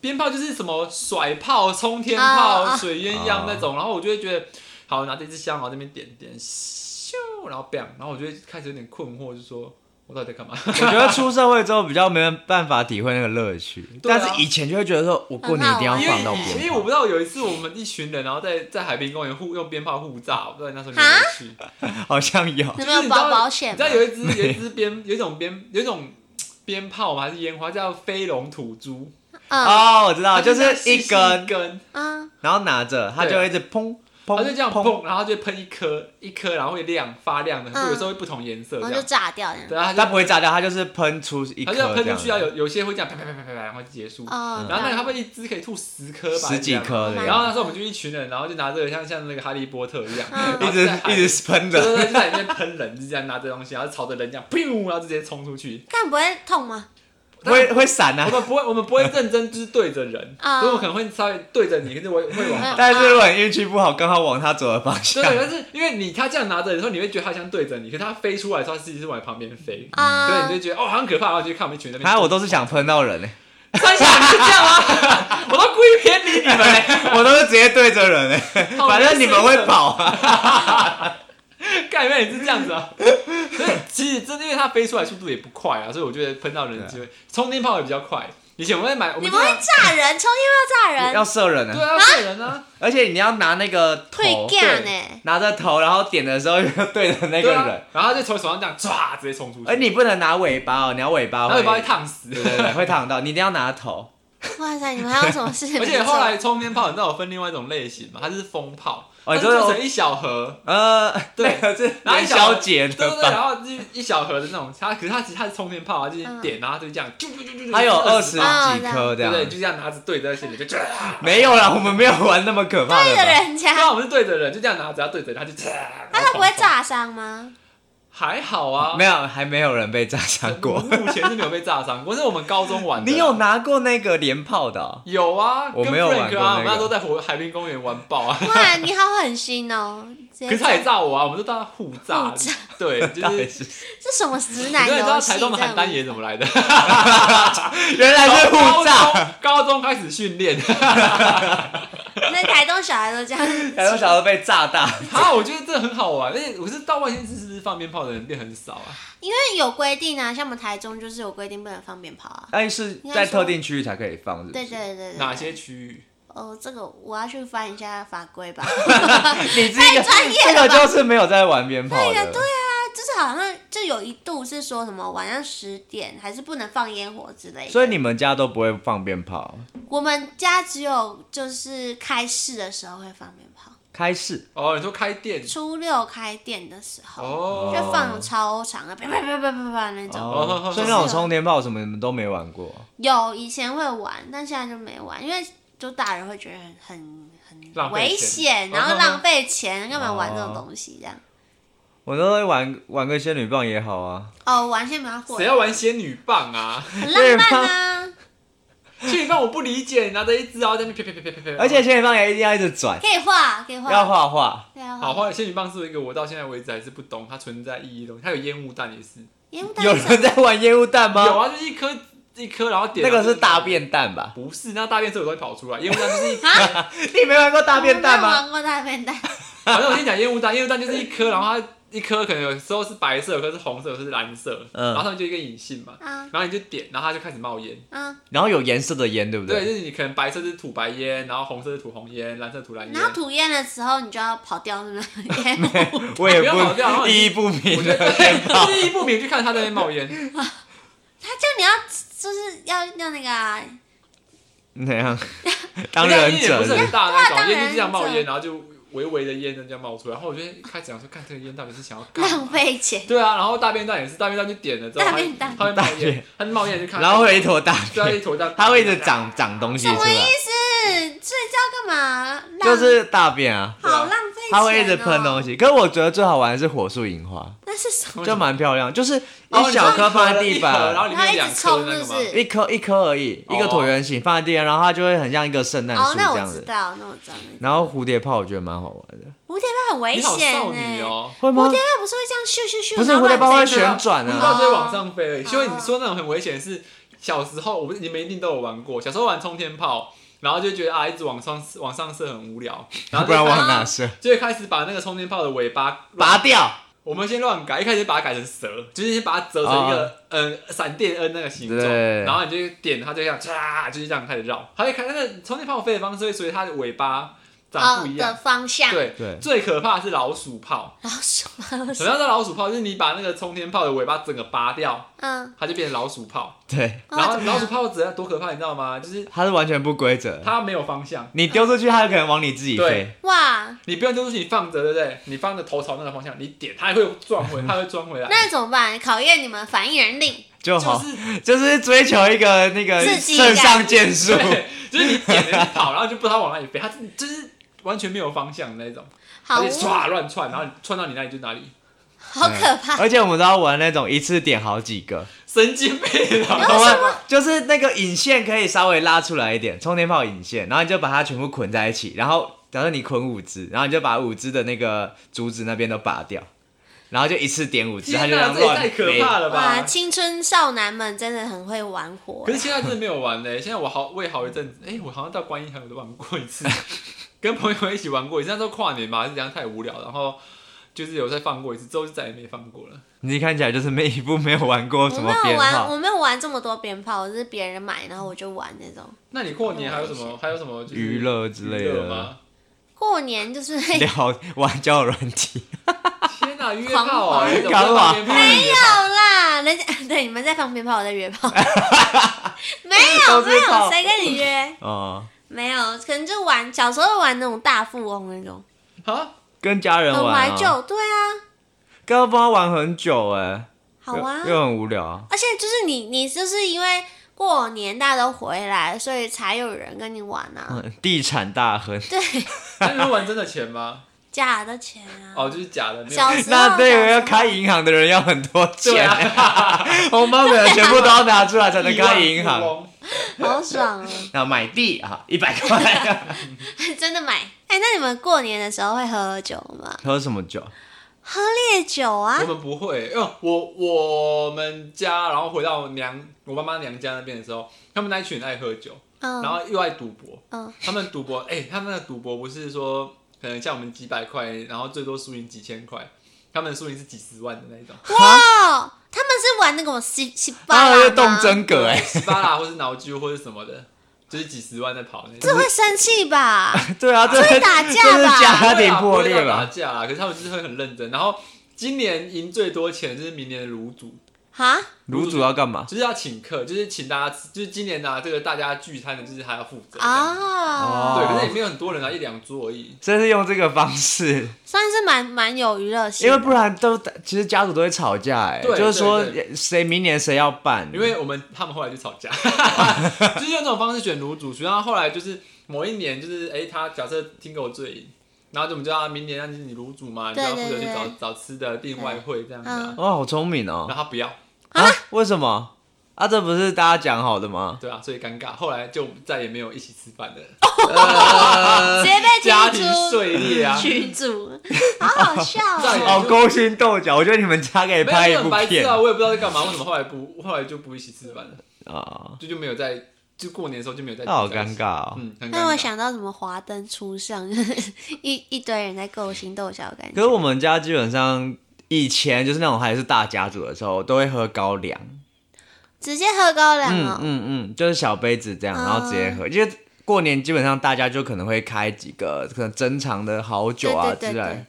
Speaker 2: 鞭炮就是什么甩炮、冲天
Speaker 1: 啊
Speaker 2: 炮、
Speaker 1: 啊
Speaker 2: 水鸳鸯那种，然
Speaker 3: 哦
Speaker 2: 后我就会觉得，好拿着一支香，然后这边点点，咻，然后 bang，然后我就会开始有点困惑，就说我到底在干嘛？
Speaker 3: 我觉得出社会之后比较没办法体会那个乐趣，
Speaker 2: 对啊
Speaker 3: 但是以前就会觉得说，我过年一定要
Speaker 2: 因
Speaker 3: 放到
Speaker 2: 为以前，因为
Speaker 3: 鞭
Speaker 2: 我
Speaker 3: 炮
Speaker 2: 不。知道有一次我们一群人，然后在在海滨公园互用鞭炮互炸，我不知道你那时候有没有去。
Speaker 3: 好 像有
Speaker 1: 你
Speaker 2: 就
Speaker 1: 们
Speaker 2: 是
Speaker 1: 啊有
Speaker 2: 你知道
Speaker 1: 保保险
Speaker 2: 你知
Speaker 1: 吗
Speaker 2: 道？有一只有一只鞭，有一种鞭，有一种鞭炮吗？还是烟花叫飞龙吐珠？
Speaker 1: 嗯
Speaker 2: 啊
Speaker 3: 哦，我知道，
Speaker 2: 它
Speaker 3: 就
Speaker 2: 这样
Speaker 3: 是
Speaker 2: 细
Speaker 3: 一
Speaker 2: 细
Speaker 3: 根，
Speaker 2: 根，
Speaker 1: 啊，
Speaker 3: 然后拿着它就会一直砰
Speaker 2: 它
Speaker 3: 砰，
Speaker 2: 就这样砰，然后就喷一颗一颗，然后会亮发亮的，
Speaker 1: 嗯
Speaker 2: 会有时候会不同颜色
Speaker 1: 然后
Speaker 2: 这
Speaker 1: 就
Speaker 2: 样。
Speaker 1: 炸掉这样。
Speaker 2: 对啊，
Speaker 3: 它
Speaker 2: 它就
Speaker 3: 不会炸掉，它就是喷出一
Speaker 2: 它
Speaker 3: 颗
Speaker 2: 就要
Speaker 3: 这
Speaker 2: 喷
Speaker 3: 样
Speaker 2: 出去啊，
Speaker 3: 子，
Speaker 2: 有有些会这样啪啪啪啪啪啪，然后结束。
Speaker 1: 哦，
Speaker 2: 嗯然后那个它会一只可以吐十颗吧，
Speaker 3: 十几颗
Speaker 1: 这
Speaker 3: 的
Speaker 1: 样，
Speaker 2: 然后那时候我们就一群人，然后就拿着像像那个哈利波特一样，
Speaker 1: 嗯
Speaker 2: 然
Speaker 3: 一
Speaker 2: 后
Speaker 3: 直
Speaker 2: 在海
Speaker 3: 一直喷
Speaker 2: 对对
Speaker 3: 着，
Speaker 2: 对，就在里面喷人，就这样拿着东西，然后朝着人这样，砰，然后直接冲出去。
Speaker 1: 看不会痛吗？
Speaker 3: 会会闪啊
Speaker 2: 我。们不会，我们不会认真就是对着人，
Speaker 1: 啊
Speaker 2: 所以我可能会稍微对着你，可是我会往旁。
Speaker 1: 嗯
Speaker 3: 但是如果你运气不好，刚好往他走的方
Speaker 2: 对，
Speaker 3: 向，
Speaker 2: 但是因为你他这样拿着的时候，你会觉得他像对着你，可是他飞出来的时候，他自己是往旁边飞，所以
Speaker 1: 啊
Speaker 2: 你，就觉得哦，好像可怕，然后就看我们一 群人在那
Speaker 3: 还
Speaker 2: 边。
Speaker 3: 有啊我都是想喷到人欸 呢、
Speaker 2: 三小你是这样吗？ 我都故意偏离你们嘞、
Speaker 3: 我都是直接对着人呢、 欸
Speaker 2: 好
Speaker 3: 反正你们会跑啊。
Speaker 2: 干原来你是这样子啊。
Speaker 3: 啊
Speaker 2: 所以其实真的，因为它飞出来速度也不快啊，所以我觉得喷到人机会，冲天炮也比较快。以前我会买，我
Speaker 1: 你
Speaker 2: 们
Speaker 1: 们会炸人，秋天要炸
Speaker 3: 要
Speaker 1: 人，
Speaker 3: 射人
Speaker 2: 对
Speaker 3: 啊！
Speaker 2: 啊，射人啊，
Speaker 3: 而且你要拿那个头
Speaker 1: 退干欸
Speaker 3: 对
Speaker 1: 呢？
Speaker 3: 拿着头，然后点的时候要对着那个
Speaker 2: 对
Speaker 3: 人，
Speaker 2: 啊，然后他就从手上这样唰直接冲出去，
Speaker 3: 而你不能拿尾巴哦，你要尾巴
Speaker 2: 然
Speaker 3: 会，
Speaker 2: 后也 把你烫死。
Speaker 3: 对 对对，会烫到，你一定要拿头。
Speaker 1: 哇塞，你们还有什么事？
Speaker 2: 而且后来冲天炮，你知道有分另外一种类型嘛？它是风炮，它
Speaker 3: 哦你
Speaker 2: 是
Speaker 3: 说
Speaker 2: 做成一小 盒，
Speaker 3: 呃，
Speaker 2: 对
Speaker 3: 那个是
Speaker 2: 然后
Speaker 3: 元
Speaker 2: 一小
Speaker 3: 宵节
Speaker 2: 对对
Speaker 3: 的
Speaker 2: 对，然
Speaker 3: 吧？
Speaker 2: 后就是一小盒的那种，它可是它其实它是冲天炮啊，就是
Speaker 1: 嗯
Speaker 2: 点，然后就这样，啾啾啾啾啾
Speaker 3: 它有 二十哦
Speaker 1: 啊
Speaker 2: 发
Speaker 3: 几颗这
Speaker 2: 对
Speaker 3: 样，
Speaker 2: 对，就这样拿着对着在心里就，然
Speaker 3: 没有啦，我们没有玩那么可怕
Speaker 1: 对
Speaker 3: 的
Speaker 1: 着
Speaker 3: 吧。
Speaker 1: 人家，
Speaker 2: 后我们是对着人，啊就这样拿着，然后对着他就，那
Speaker 1: 哎那他不会，炸伤吗？
Speaker 2: 还好啊，
Speaker 3: 没有，还没有人被炸伤
Speaker 2: 我
Speaker 3: 过。
Speaker 2: 们目前是没有被炸伤过，是我们高中玩的。啊
Speaker 3: 你有拿过那个连炮的 哦、
Speaker 2: 有啊，
Speaker 3: 我
Speaker 2: 跟
Speaker 3: 没有
Speaker 2: Frank
Speaker 3: 玩过
Speaker 2: 啊，
Speaker 3: 那
Speaker 2: 我们那
Speaker 3: 个
Speaker 2: 时候在火海滨公园玩爆啊。
Speaker 1: 哇，你好狠心哦！可
Speaker 2: 可是他也炸我啊，我们就当他互炸
Speaker 1: 互炸，
Speaker 2: 对，就
Speaker 3: 到底
Speaker 2: 是
Speaker 3: 是
Speaker 1: 这什么直
Speaker 2: 你
Speaker 1: 男游
Speaker 2: 知
Speaker 1: 戏？
Speaker 2: 道台东的
Speaker 1: 这
Speaker 2: 邯郸爷怎么来的？
Speaker 3: 原来是互炸。
Speaker 2: 高中开始训练，
Speaker 1: 那台东小孩都这样子，
Speaker 3: 然后小时候被炸大，
Speaker 2: 啊，我觉得这很好玩。而且我是到外县市，是不是放鞭炮的人变很少啊？
Speaker 1: 因为有规定啊，像我们台中就是有规定不能放鞭炮 啊。
Speaker 3: 但是在特定区域才可以放，是不是
Speaker 1: 对对对对对。
Speaker 2: 哪些区域？
Speaker 1: 哦，这个我要去翻一下法规吧。
Speaker 3: 哎你这个
Speaker 1: 专业
Speaker 3: 这
Speaker 1: 了吧
Speaker 3: 个就是没有在玩鞭炮的，
Speaker 1: 对就是好像就有一度是说什么晚上十点还是不能放烟火之类的。
Speaker 3: 所以你们家都不会放鞭炮，
Speaker 1: 我们家只有就是开市的时候会放鞭炮，
Speaker 3: 开市
Speaker 2: 哦，你说开店
Speaker 1: 初六开店的时候、
Speaker 2: 哦，
Speaker 1: 就放超长的，啪啪啪啪啪啪那种。
Speaker 2: 哦
Speaker 3: 所以那种
Speaker 1: 啊
Speaker 3: 冲天炮什么你们都没玩过，
Speaker 1: 有以前会玩，但现在就没玩，因为就大人会觉得很很很
Speaker 2: 浪费
Speaker 1: 危
Speaker 2: 钱哦
Speaker 1: 险，然后浪费钱，干嘛玩这种东西这样？
Speaker 3: 我都会玩玩个仙女棒也好啊，
Speaker 1: 哦，玩先不要火
Speaker 2: 谁，要玩仙女棒啊？
Speaker 1: 很浪漫啊，
Speaker 2: 仙女棒我不理解，拿着一支然后在那边啪啪啪啪啪啪，
Speaker 3: 而且仙女棒也一定要一直转，
Speaker 1: 可以画，可以画，
Speaker 3: 要画画，
Speaker 1: 对啊，
Speaker 2: 好坏仙女棒是一个我到现在为止还是不懂它存在意义的东西。它有烟雾弹也是，
Speaker 1: 烟雾弹
Speaker 3: 有
Speaker 1: 是什
Speaker 3: 人
Speaker 1: 么
Speaker 3: 在玩烟雾弹吗？
Speaker 2: 有啊，就是一颗一颗，然后点
Speaker 3: 那个是大
Speaker 2: 便。
Speaker 3: 便蛋吧？
Speaker 2: 不是，那大便是有东西跑出来，烟雾弹就是一，
Speaker 1: 啊，
Speaker 3: 你没玩过 大便蛋
Speaker 1: 我没有啊
Speaker 3: 吗？
Speaker 1: 玩过大便蛋，
Speaker 2: 反正我先讲烟雾弹，烟雾弹就是一颗，然后它一颗可能有时候是白色，有时候是红色，有时候是蓝色，
Speaker 3: 嗯
Speaker 2: 然后上面就一个引信嘛，
Speaker 1: 啊
Speaker 2: 然后你就点，然后它就开始冒烟，
Speaker 1: 啊，
Speaker 3: 然后有颜色的烟，对不
Speaker 2: 对，
Speaker 3: 对？
Speaker 2: 就是你可能白色是吐白烟，然后红色是吐红烟，蓝色吐蓝烟
Speaker 1: 然。后吐烟的时候你就要跑掉那 个烟雾，
Speaker 3: 我也
Speaker 2: 不要跑掉然后
Speaker 3: 不
Speaker 2: 你
Speaker 3: 意义不
Speaker 2: 我
Speaker 3: 明
Speaker 2: 觉得
Speaker 3: 的
Speaker 2: 对，就是一不明就看它在那边冒烟，
Speaker 1: 他叫你要就是要要那个、啊，
Speaker 3: 那样 当
Speaker 2: 那
Speaker 3: 忍
Speaker 2: 烟 也
Speaker 3: 者
Speaker 2: 不是
Speaker 3: 是
Speaker 2: 很大那
Speaker 1: 对啊
Speaker 2: 种，
Speaker 1: 当
Speaker 2: 烟就这样
Speaker 1: 忍
Speaker 2: 冒
Speaker 1: 者
Speaker 2: 烟，然后就微微的烟就这样冒出来，然后我就开始想说，看这个烟到底是想要干
Speaker 1: 浪
Speaker 2: 嘛。
Speaker 1: 费钱，
Speaker 2: 对啊，然后大便蛋也是，大便蛋就点了之后，
Speaker 1: 大便蛋
Speaker 2: 它会它会
Speaker 3: 大
Speaker 2: 冒烟
Speaker 3: 便，
Speaker 2: 它冒烟就看，
Speaker 3: 然后会有一坨 大
Speaker 2: 对啊，
Speaker 3: 便，
Speaker 2: 一坨蛋，
Speaker 3: 它会一直长长东西
Speaker 1: 什
Speaker 3: 出
Speaker 1: 么意
Speaker 3: 来，
Speaker 1: 思？睡觉干嘛？浪
Speaker 3: 就是大便啊，
Speaker 1: 好浪费钱、哦，
Speaker 3: 它会一直喷东西。可是我觉得最好玩的是火树银花，
Speaker 1: 那是什么？
Speaker 3: 就蛮漂亮，就是
Speaker 2: 哦
Speaker 3: 一小颗放在地
Speaker 2: 一盒然后
Speaker 3: 板，
Speaker 2: 里面有两颗那个
Speaker 1: 它一直冲是
Speaker 2: 吗
Speaker 1: 不？是
Speaker 3: 一颗一颗而已，
Speaker 2: 哦
Speaker 3: 一个椭圆形放在地上，然后它就会很像一个圣诞
Speaker 1: 哦，
Speaker 3: 树
Speaker 1: 那
Speaker 3: 这
Speaker 1: 我
Speaker 3: 样
Speaker 1: 知
Speaker 3: 子。
Speaker 1: 道，那我知道那个。
Speaker 3: 然后蝴蝶炮我觉得蛮好玩的，
Speaker 1: 蝴蝶炮很危
Speaker 2: 你好
Speaker 1: 险
Speaker 2: 少
Speaker 1: 哎、
Speaker 2: 女哦、
Speaker 3: 会
Speaker 1: 蝴
Speaker 3: 吗
Speaker 1: 蝶？炮不是会这样咻咻咻？
Speaker 3: 不是
Speaker 1: 然后
Speaker 3: 蝴蝶炮会
Speaker 1: 乱飞吗
Speaker 3: 旋转
Speaker 2: 不知
Speaker 3: 啊
Speaker 2: 道，就会往上飞而已。
Speaker 1: 哦
Speaker 2: 因为你说那种很危险是小时候，我不是你们一定都有玩过，小时候玩冲天炮，然后就觉得啊一直往上往上射很无聊，然后
Speaker 3: 不
Speaker 2: 就
Speaker 3: 然
Speaker 2: 开
Speaker 3: 往 哪射？
Speaker 2: 就会开始把那个冲天炮的尾巴
Speaker 3: 拔。掉。
Speaker 2: 我们先乱改，一开始把它改成蛇，就是先把它折成一个嗯闪电 N 那个形状，
Speaker 3: 哦对
Speaker 2: 然后你就点它，就这样嚓，就是这样开始绕。它就开那个冲天炮飞的方式会随着它的尾巴长
Speaker 1: 哦
Speaker 2: 不一
Speaker 1: 的
Speaker 2: 样。
Speaker 1: 方向，
Speaker 2: 对
Speaker 3: 对
Speaker 2: 最可怕的是老鼠炮。
Speaker 1: 老鼠吗？
Speaker 2: 什么叫做老鼠炮？就是你把那个冲天炮的尾巴整个拔掉，
Speaker 1: 嗯，
Speaker 2: 它就变成老鼠炮。
Speaker 3: 对，
Speaker 1: 哦
Speaker 2: 然后
Speaker 1: 怎么样
Speaker 2: 老鼠炮只多可怕，你知道吗？就是
Speaker 3: 它是完全不规则，
Speaker 2: 它没有方向，
Speaker 3: 你丢出去它有可能往你自己
Speaker 2: 对
Speaker 3: 飞。
Speaker 1: 哇，
Speaker 2: 你不用丢出去，你放着，对不对？你放着头朝那个方向，你点它会撞 回，它会撞回来。
Speaker 1: 那怎么办？考验你们反应能力，
Speaker 3: 就
Speaker 2: 就
Speaker 3: 好，
Speaker 2: 是
Speaker 3: 就是追求一个那个
Speaker 1: 刺激感
Speaker 3: 肾上腺素，
Speaker 2: 对，就是你点了你跑，然后就不知道往哪里飞，它就是完全没有方向的那种，
Speaker 1: 好
Speaker 2: 而且唰乱窜，然后窜到你那里就哪里，
Speaker 1: 好可 怕。
Speaker 3: 哎而且我们都要玩那种一次点好几个，
Speaker 2: 神经病
Speaker 1: 然
Speaker 2: 啊！
Speaker 1: 后
Speaker 3: 我
Speaker 1: 哦什
Speaker 3: 们
Speaker 1: 么
Speaker 3: 就是那个引线可以稍微拉出来一点，冲天炮引线，然后你就把它全部捆在一起，然后假设你捆五只，然后你就把五只的那个竹子那边都拔掉，然后就一次点五只，它
Speaker 2: 天
Speaker 3: 就这
Speaker 2: 哪，
Speaker 3: 样
Speaker 2: 这也
Speaker 3: 乱
Speaker 2: 太可
Speaker 3: 飞。
Speaker 2: 怕了
Speaker 1: 哇，
Speaker 2: 吧！
Speaker 1: 青春少男们真的很会玩火
Speaker 2: 可，是现在真的没有玩嘞、 现在我好我也好一阵子，哎、我好像到观音 堂有玩过一次，跟朋友一起玩过一次，那时候跨年嘛，还是这样太无聊，然后就是有再放过一次，之后就再也没放过了。
Speaker 3: 你看起来就是没一部没有玩过什
Speaker 1: 我
Speaker 3: 么
Speaker 1: 没有
Speaker 3: 鞭
Speaker 1: 玩，
Speaker 3: 炮、
Speaker 1: 我没有玩这么多鞭炮，我是别人买，然后我就玩那种。
Speaker 2: 那你过年还有什么还有什哦么就是
Speaker 3: 娱乐之类
Speaker 2: 娱乐
Speaker 3: 的，
Speaker 2: 吗？
Speaker 1: 过年就是没 有
Speaker 3: 聊玩交友软体，
Speaker 2: 天哪，约炮啊！
Speaker 1: 狂
Speaker 2: 你怎么
Speaker 3: 干嘛
Speaker 2: 会放鞭炮
Speaker 3: 没有
Speaker 1: 啦，人家 对你们在放鞭炮，我在约 炮，没有
Speaker 3: 都
Speaker 1: 没
Speaker 3: 知道
Speaker 1: 有，谁跟你约？
Speaker 3: 哦，
Speaker 1: 没有，可能就玩小时候玩那种大富翁那种，
Speaker 2: 啊？
Speaker 3: 跟家人
Speaker 1: 很
Speaker 3: 玩、
Speaker 1: 怀
Speaker 3: 啊，
Speaker 1: 旧，对啊，
Speaker 3: 跟他帮玩很久哎、
Speaker 1: 好啊
Speaker 3: 又，又很无聊啊。
Speaker 1: 而且就是你你就是因为过年大家都回来，所以才有人跟你玩啊，
Speaker 3: 嗯地产大亨，
Speaker 1: 对，
Speaker 2: 那你们玩真的钱吗？
Speaker 1: 假的钱啊，
Speaker 2: 哦，就是假的，没有
Speaker 1: 小。 时候
Speaker 3: 那对于
Speaker 1: 小
Speaker 3: 要
Speaker 1: 时候
Speaker 3: 开银行的人要很多
Speaker 2: 对
Speaker 3: 钱、
Speaker 2: 啊，
Speaker 3: 红包可能全部都要拿出来才能开银
Speaker 2: 亿万富
Speaker 3: 行。
Speaker 2: 翁。
Speaker 1: 好爽啊，
Speaker 3: 然后买地啊，一百 块。
Speaker 1: 真的买。哎、那你们过年的时候会喝酒吗？
Speaker 3: 喝什么酒？
Speaker 1: 喝烈酒啊
Speaker 2: 我？们不会，因为我我们家，然后回到娘我妈妈娘家那边的时候，他们那一群人爱喝酒，然
Speaker 1: 嗯
Speaker 2: 后又爱赌博。
Speaker 1: 嗯，
Speaker 2: 他们赌博，哎、他们那个赌博不是说可能像我们几百块，然后最多输赢几千块，他们的输赢是几十万的那 一种，
Speaker 1: 哇，哦他们是玩那种西西巴
Speaker 3: 啊，
Speaker 1: 拉
Speaker 3: 又
Speaker 1: 吗
Speaker 3: 动，真 格哎、
Speaker 2: 十八啦，或是脑筋或是什么的，就是几十万在跑那
Speaker 1: 这
Speaker 2: 种。
Speaker 1: 会生气吧？
Speaker 3: 对啊，这
Speaker 1: 会打架吧
Speaker 3: 这是家
Speaker 2: 他
Speaker 3: 庭破裂
Speaker 2: 打
Speaker 3: 吧？
Speaker 2: 架啦，可是他们就是会很认真。然后今年赢最多钱就是明年的卤煮，
Speaker 1: 哈，
Speaker 3: 卤煮要干嘛？
Speaker 2: 就是要请客，就是请大家吃，就是今年拿、这个大家聚餐的，就是还要负
Speaker 1: 哦
Speaker 2: 责。
Speaker 1: 啊，
Speaker 2: 对，
Speaker 3: 哦
Speaker 2: 可是也没有很多人啊，一两桌而已。
Speaker 3: 真是用这个方式，
Speaker 1: 算是蛮蛮有娱乐性
Speaker 3: 因
Speaker 1: 的，
Speaker 3: 为不然都其实家属都会吵架哎、
Speaker 2: 啊对
Speaker 3: 就是说
Speaker 2: 对
Speaker 3: 谁明年谁要办，
Speaker 2: 因为我们他们后来就吵架， 就是用这种方式选卤煮，然后后来就是某一年就是哎、他假设听狗最赢，然后就我们叫他明年让你卤煮嘛，你就要负责去
Speaker 1: 对对
Speaker 2: 找
Speaker 1: 对嗯
Speaker 2: 找吃的订外汇这样子、啊，
Speaker 3: 哇，好聪明哦
Speaker 2: 然、后他不要，
Speaker 3: 啊，为什么？啊，这不是大家讲好的吗？
Speaker 2: 对啊，所以尴尬，后来就再也没有一起吃饭的
Speaker 3: 呃
Speaker 1: 直接被
Speaker 2: 家
Speaker 1: 踢
Speaker 2: 庭
Speaker 1: 出
Speaker 2: 碎裂啊，
Speaker 1: 群 主，好好笑
Speaker 2: 再也
Speaker 1: 哦。
Speaker 3: 好勾心斗角，我觉得你们家可
Speaker 2: 没
Speaker 3: 以拍一
Speaker 2: 有很
Speaker 3: 部
Speaker 2: 白痴
Speaker 3: 片
Speaker 2: 啊，我也不知道在干嘛，为什么后来不后来就不一起吃饭了，
Speaker 3: 啊，
Speaker 2: 就就没有在就过年的时候就没有在，
Speaker 3: 那好尴，尬哦。
Speaker 2: 嗯，很尴
Speaker 1: 那我
Speaker 2: 尬。
Speaker 1: 想到什么华灯初上， 一一堆人在勾心斗角的感
Speaker 3: 可
Speaker 1: 觉。
Speaker 3: 是我们家基本上以前就是那种还是大家族的时候，都会喝高粱，
Speaker 1: 直接喝高粱
Speaker 3: 嗯
Speaker 1: 哦，
Speaker 3: 嗯嗯，就是小杯子这样，然后直接喝，因为过年基本上大家就可能会开几个可能珍藏的好酒啊
Speaker 1: 对对对
Speaker 3: 之类，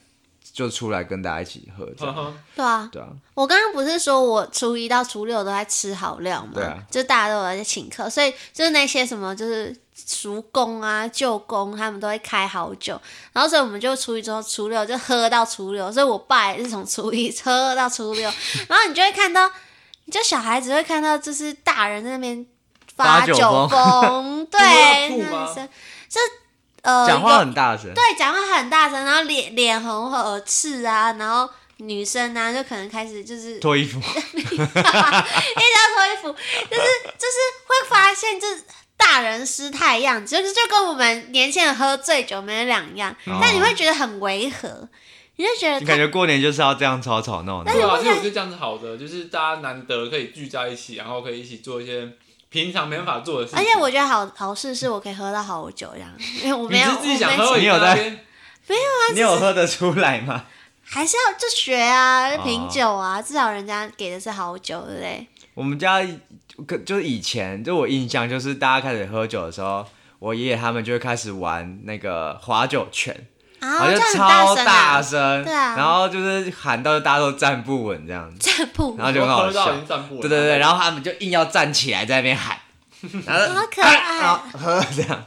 Speaker 3: 就出来跟大家一起喝
Speaker 2: 呵
Speaker 3: 这样，
Speaker 2: 呵
Speaker 1: 对啊，
Speaker 3: 对啊，
Speaker 1: 我刚刚不是说我初一到初六都在吃好料吗？
Speaker 3: 对啊
Speaker 1: 就大家都有在请客，所以就是那些什么就是叔公啊、舅公他们都会开好酒，然后所以我们就初一之后初六就喝到初六，所以我爸也是从初一 喝到初六，然后你就会看到，你就小孩子会看到就是大人在那边
Speaker 3: 发
Speaker 1: 发
Speaker 3: 酒
Speaker 1: 酒
Speaker 3: 疯
Speaker 1: 疯，对
Speaker 2: 你，有吐
Speaker 1: 那
Speaker 2: 吗
Speaker 1: 是这呃
Speaker 3: 讲
Speaker 1: 有
Speaker 3: 话很大声，
Speaker 1: 对，讲话很大声，然后脸脸红耳赤啊，然后女生啊就可能开始就是
Speaker 3: 脱衣服，
Speaker 1: 要脱衣服，就是 就是会发现就是大人失态一样，就是就跟我们年轻人喝醉酒没两样，
Speaker 3: 嗯
Speaker 1: 但你会觉得很违和，你就觉得
Speaker 3: 你
Speaker 1: 他
Speaker 3: 感觉过年就是要这样吵吵闹闹
Speaker 1: 但。是
Speaker 2: 对啊，
Speaker 1: 我
Speaker 2: 其实我
Speaker 1: 想
Speaker 2: 觉得这样是好的，就是大家难得可以聚在一起，然后可以一起做一些平常没办法做的事情。
Speaker 1: 而且我觉得好好事是我可以喝到好酒这样， 因为我没
Speaker 2: 你
Speaker 1: 有，
Speaker 2: 是自己想
Speaker 1: 我没
Speaker 2: 喝，
Speaker 3: 你
Speaker 2: 你
Speaker 3: 有
Speaker 2: 在那
Speaker 3: 在
Speaker 2: 边
Speaker 3: 你有喝得出来吗？
Speaker 1: 还是要就学啊，
Speaker 3: 哦
Speaker 1: 品酒啊，至少人家给的是好酒，对不对？
Speaker 3: 我们家可就是以前，就我印象就是大家开始喝酒的时候，我爷爷他们就会开始玩那个划酒拳，
Speaker 1: 啊，
Speaker 3: 然后
Speaker 1: 这
Speaker 3: 就
Speaker 1: 样很
Speaker 3: 超
Speaker 1: 声
Speaker 3: 大
Speaker 1: 啊，
Speaker 3: 声，
Speaker 1: 对啊
Speaker 3: 然后就是喊到大家都站不稳这样子，
Speaker 1: 这不
Speaker 3: 然后就很好
Speaker 2: 喝到
Speaker 3: 笑
Speaker 2: 已，经站不稳。
Speaker 3: 对对对，，然后他们就硬要站起来在那 边喊，然后
Speaker 1: 好可爱
Speaker 3: 然后喝这样，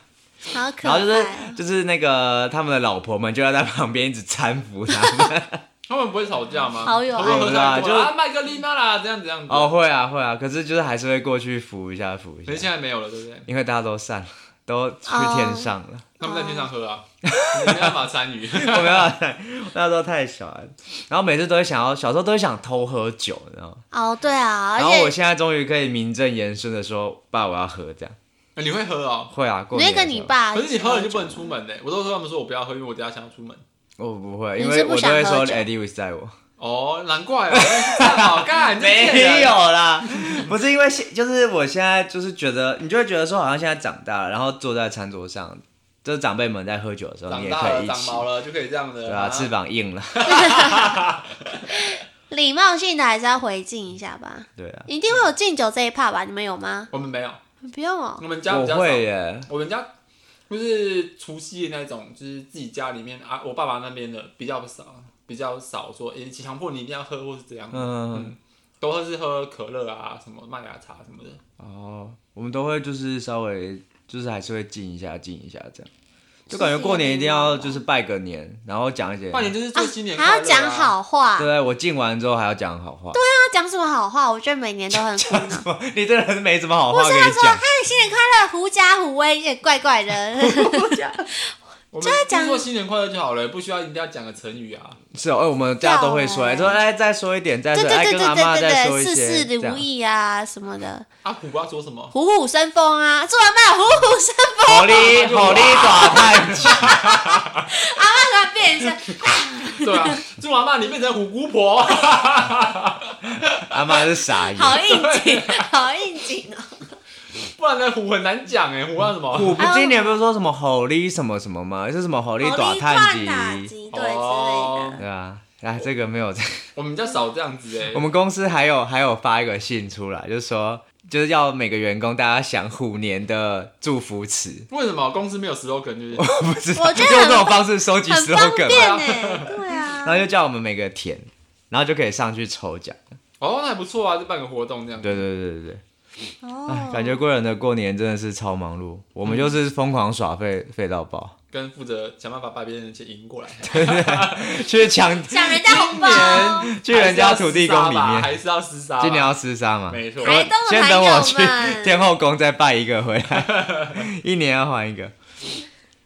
Speaker 1: 好可
Speaker 3: 然
Speaker 1: 爱哦，
Speaker 3: 后就是就是那个他们的老婆们就要在旁边一直搀扶他 们，
Speaker 2: 他们不会吵架吗？
Speaker 1: 好有
Speaker 2: 他们会喝太
Speaker 3: 爱
Speaker 2: 多
Speaker 3: 对啊
Speaker 2: 啊，麦克丽娜啦，这样这样子。
Speaker 3: 哦，会啊会啊，可是就是还是会过去扶一下扶
Speaker 2: 可
Speaker 3: 一
Speaker 2: 是
Speaker 3: 下，
Speaker 2: 现在没有了，对不对？
Speaker 3: 因为大家都散了，都去天上了。
Speaker 2: 他们在天上喝啊，你没办法参与。 哎
Speaker 3: 我没办法，那时候太小了，然后每次都会想要，小时候都会想偷喝酒，你知道吗？
Speaker 1: 哦，对啊，而
Speaker 3: 然
Speaker 1: 且
Speaker 3: 后我现在终于可以名正言顺的说，爸，我要喝，这样
Speaker 2: 你会喝哦，
Speaker 3: 会啊，过
Speaker 1: 你会
Speaker 3: 年的时候
Speaker 1: 跟你，爸，
Speaker 2: 可是你喝了就不能出门嘞。我都说他们说我不要喝，因为我等一下想要出门。
Speaker 3: 我不会，
Speaker 1: 你
Speaker 3: 因
Speaker 1: 是
Speaker 3: 为
Speaker 1: 不
Speaker 3: 我都
Speaker 1: 想
Speaker 3: 会
Speaker 1: 喝
Speaker 3: 说
Speaker 1: 酒
Speaker 3: Eddie with 在我，
Speaker 2: 哦，难怪哦，这样 好干，
Speaker 3: 没有。啦，不是因为现，就是我现在就是觉得，你就会觉得说，好像现在长大了，然后坐在餐桌上。就是长辈们在喝酒的时候，你
Speaker 2: 长
Speaker 3: 也
Speaker 2: 大
Speaker 3: 可以
Speaker 2: 了，
Speaker 3: 一
Speaker 2: 长
Speaker 3: 起，
Speaker 2: 毛了就可以这样的，
Speaker 3: 对啊，翅膀硬了，
Speaker 1: 礼貌性的还是要回敬一下吧。
Speaker 3: 对啊，
Speaker 1: 一定会有敬酒这一趴吧？你们有吗？
Speaker 2: 我们没有，
Speaker 1: 不用哦。
Speaker 2: 我们家比
Speaker 3: 我
Speaker 2: 较
Speaker 3: 会
Speaker 2: 少，
Speaker 3: 耶，
Speaker 2: 我们家就是除夕的那种，就是自己家里面啊，我爸爸那边的比较少，比较少说，诶、强迫你一定要喝或是怎样，
Speaker 3: 嗯，
Speaker 2: 都是喝可乐啊，什么麦芽茶什么的。
Speaker 3: 哦，我们都会就是稍微就是还是会敬一下敬一下这样，就感觉过年一定要就是拜个年，然后讲一些，
Speaker 2: 拜年就是
Speaker 1: 啊
Speaker 2: 做新年、
Speaker 1: 还要讲，好话，
Speaker 3: 对我敬完之后还要讲好话，
Speaker 1: 那讲什么好话？我觉得每年都很苦恼。
Speaker 3: 你真的是没什么好
Speaker 1: 不
Speaker 3: 话
Speaker 1: 是
Speaker 3: 可
Speaker 1: 他
Speaker 3: 以
Speaker 1: 说，哎
Speaker 3: 讲
Speaker 1: 嗨，，新年快乐，狐假虎威，也怪怪的。
Speaker 2: 我
Speaker 1: 就
Speaker 2: 们
Speaker 1: 是
Speaker 2: 就
Speaker 1: 讲
Speaker 2: 是说新年快乐就好了，不需要一定要讲个成语啊。
Speaker 3: 是哦，哎我们大家都会说，
Speaker 1: 对
Speaker 3: 哎说哎再说一点，再
Speaker 1: 对
Speaker 3: 说，
Speaker 1: 对
Speaker 3: 哎
Speaker 1: 对
Speaker 3: 跟
Speaker 1: 对
Speaker 3: 阿
Speaker 1: 对
Speaker 3: 妈再
Speaker 1: 对
Speaker 3: 说
Speaker 1: 对，
Speaker 3: 一
Speaker 1: 事
Speaker 3: 些，
Speaker 1: 事
Speaker 3: 这
Speaker 1: 如
Speaker 3: 样
Speaker 1: 意啊什么的，
Speaker 2: 阿虎不知道说什么，
Speaker 1: 虎虎生风啊，祝阿妈虎虎生风，
Speaker 3: 好哩好哩耍太极，
Speaker 1: 阿妈突然变一下，
Speaker 2: 对啊，祝阿妈你变成虎姑婆。
Speaker 3: 阿妈是傻眼，
Speaker 1: 好应景，好应景哦。
Speaker 2: 不然呢，虎很难讲哎，虎要什么？
Speaker 3: 我
Speaker 1: 还有
Speaker 3: 不今年不是说什么吼哩什么什么吗？是什么吼哩
Speaker 1: 好
Speaker 3: 短
Speaker 1: 力打
Speaker 3: 探机？
Speaker 1: 击，对之类
Speaker 2: 哦
Speaker 1: 的。
Speaker 3: 对啊，哎，这个没有在。
Speaker 2: 我们比较少这样子哎
Speaker 3: 我。们公司还有还有发一个信出来，就是说就是要每个员工大家想虎年的祝福词，
Speaker 2: 为什么公司没有 slogan 就是？
Speaker 3: 不是
Speaker 1: 我觉得
Speaker 3: 用
Speaker 1: 很
Speaker 3: 这种方式收集
Speaker 1: 很方
Speaker 3: slogan，
Speaker 1: 便
Speaker 3: 嘛
Speaker 1: 呢、对啊
Speaker 3: 然，后就叫我们每个填，然后就可以上去抽奖。
Speaker 2: 哦，那还不错啊，就办个活动这样。
Speaker 3: 对对对对对，
Speaker 2: 哎
Speaker 1: 哦，
Speaker 3: 感觉贵人的过年真的是超忙碌，我们就是疯狂耍废废到爆，
Speaker 2: 跟负责想办法把别人的钱赢过来，
Speaker 3: 去抢
Speaker 1: 抢人家红包，
Speaker 3: 去人家土地公里面，
Speaker 2: 还是要厮杀吧，
Speaker 3: 今年要厮杀嘛？
Speaker 2: 没错。
Speaker 1: 台东的
Speaker 3: 先
Speaker 1: 哎朋
Speaker 3: 等我去
Speaker 1: 友们，
Speaker 3: 天后宫再拜一个回来， 一年要还一个。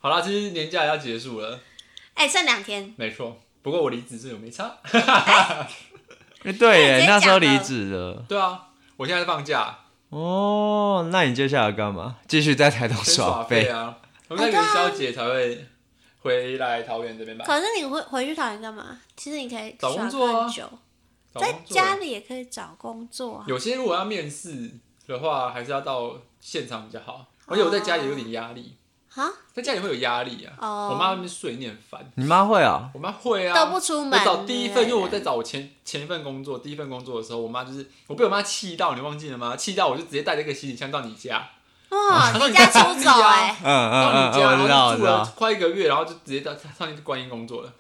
Speaker 2: 好啦，其实年假也要结束了，
Speaker 1: 哎、剩两天，
Speaker 2: 没错。不过我离职是有没差。
Speaker 3: 欸对
Speaker 1: 直
Speaker 3: 耶，
Speaker 1: 接
Speaker 3: 那时候
Speaker 1: 讲了
Speaker 3: 离职了。
Speaker 2: 对啊，我现在在放假，
Speaker 3: 哦，那你接下来干嘛？继续在台东
Speaker 2: 先耍
Speaker 3: 耍
Speaker 2: 废
Speaker 3: 废？
Speaker 2: 啊。我们在元宵节才会回来桃园这边吧，
Speaker 1: 可是你回回去桃园干嘛？其实你可以
Speaker 2: 找工
Speaker 1: 耍
Speaker 2: 作啊
Speaker 1: 更久，
Speaker 2: 找
Speaker 1: 在
Speaker 2: 工作
Speaker 1: 家里也可以找工作啊。
Speaker 2: 有些如果要面试的话，还是要到现场比较好。而且我在家里有点压力，
Speaker 1: 啊，
Speaker 2: 在家里会有压力啊。
Speaker 1: 哦
Speaker 2: 我妈那边睡念烦，
Speaker 3: 你妈会啊？
Speaker 2: 我妈会啊。
Speaker 1: 都不出门。
Speaker 2: 我找第一份，因为我在
Speaker 1: 对
Speaker 2: 找我前前一份工作，第一份工作的时候，我妈就是我被我妈气到，你忘记了吗？气到我就直接带着一个行李箱到你家，
Speaker 1: 不对哇，离家出走哎、
Speaker 3: 嗯嗯
Speaker 2: 到
Speaker 3: 嗯，
Speaker 2: 你家，
Speaker 3: 我知道
Speaker 2: 然后
Speaker 3: 我
Speaker 2: 就
Speaker 3: 知
Speaker 2: 住了
Speaker 3: 道。
Speaker 2: 快一个月，然后就直接到上去观音工作了。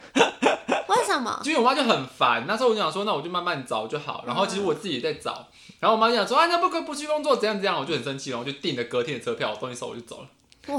Speaker 1: 为什 么？
Speaker 2: 因为我妈就很烦，那时候我就想说，那我就慢慢找就好。然后其实我自己也在找，然后我妈就想说，啊，那不可不去工作，怎样怎样，我就很生气，然后我就订了隔天的车票，我东西收我就走了。
Speaker 1: 哇，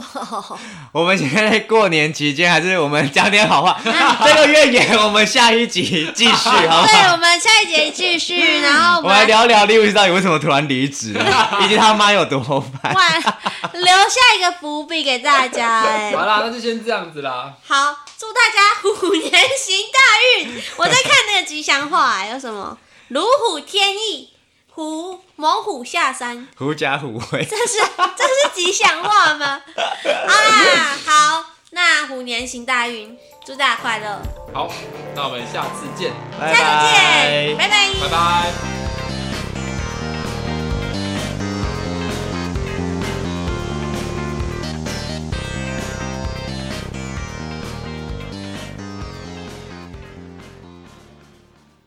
Speaker 3: 我们现在过年期间，还是我们讲点好 话。这个怨言，我们下一集继 续，好不
Speaker 1: 对，
Speaker 3: 好？
Speaker 1: 我们下一节继续，然后我
Speaker 3: 我们来
Speaker 1: 们
Speaker 3: 聊聊利维到底为什么突然离职，以及他妈有多烦。
Speaker 1: 哇， 留下一个伏笔给大家哎、
Speaker 2: 好啦，那就先这样子啦。
Speaker 1: 好，祝大家虎年行大运！我在看那个吉祥话、有什么如虎添翼、虎猛虎下山，
Speaker 3: 狐假虎威，
Speaker 1: 这是这是吉祥话吗？啊，好，那虎年行大运，祝大家快乐，
Speaker 2: 好，那我们下次见，
Speaker 3: 拜
Speaker 1: 下次见，拜
Speaker 3: 拜。
Speaker 1: 拜
Speaker 2: 拜拜。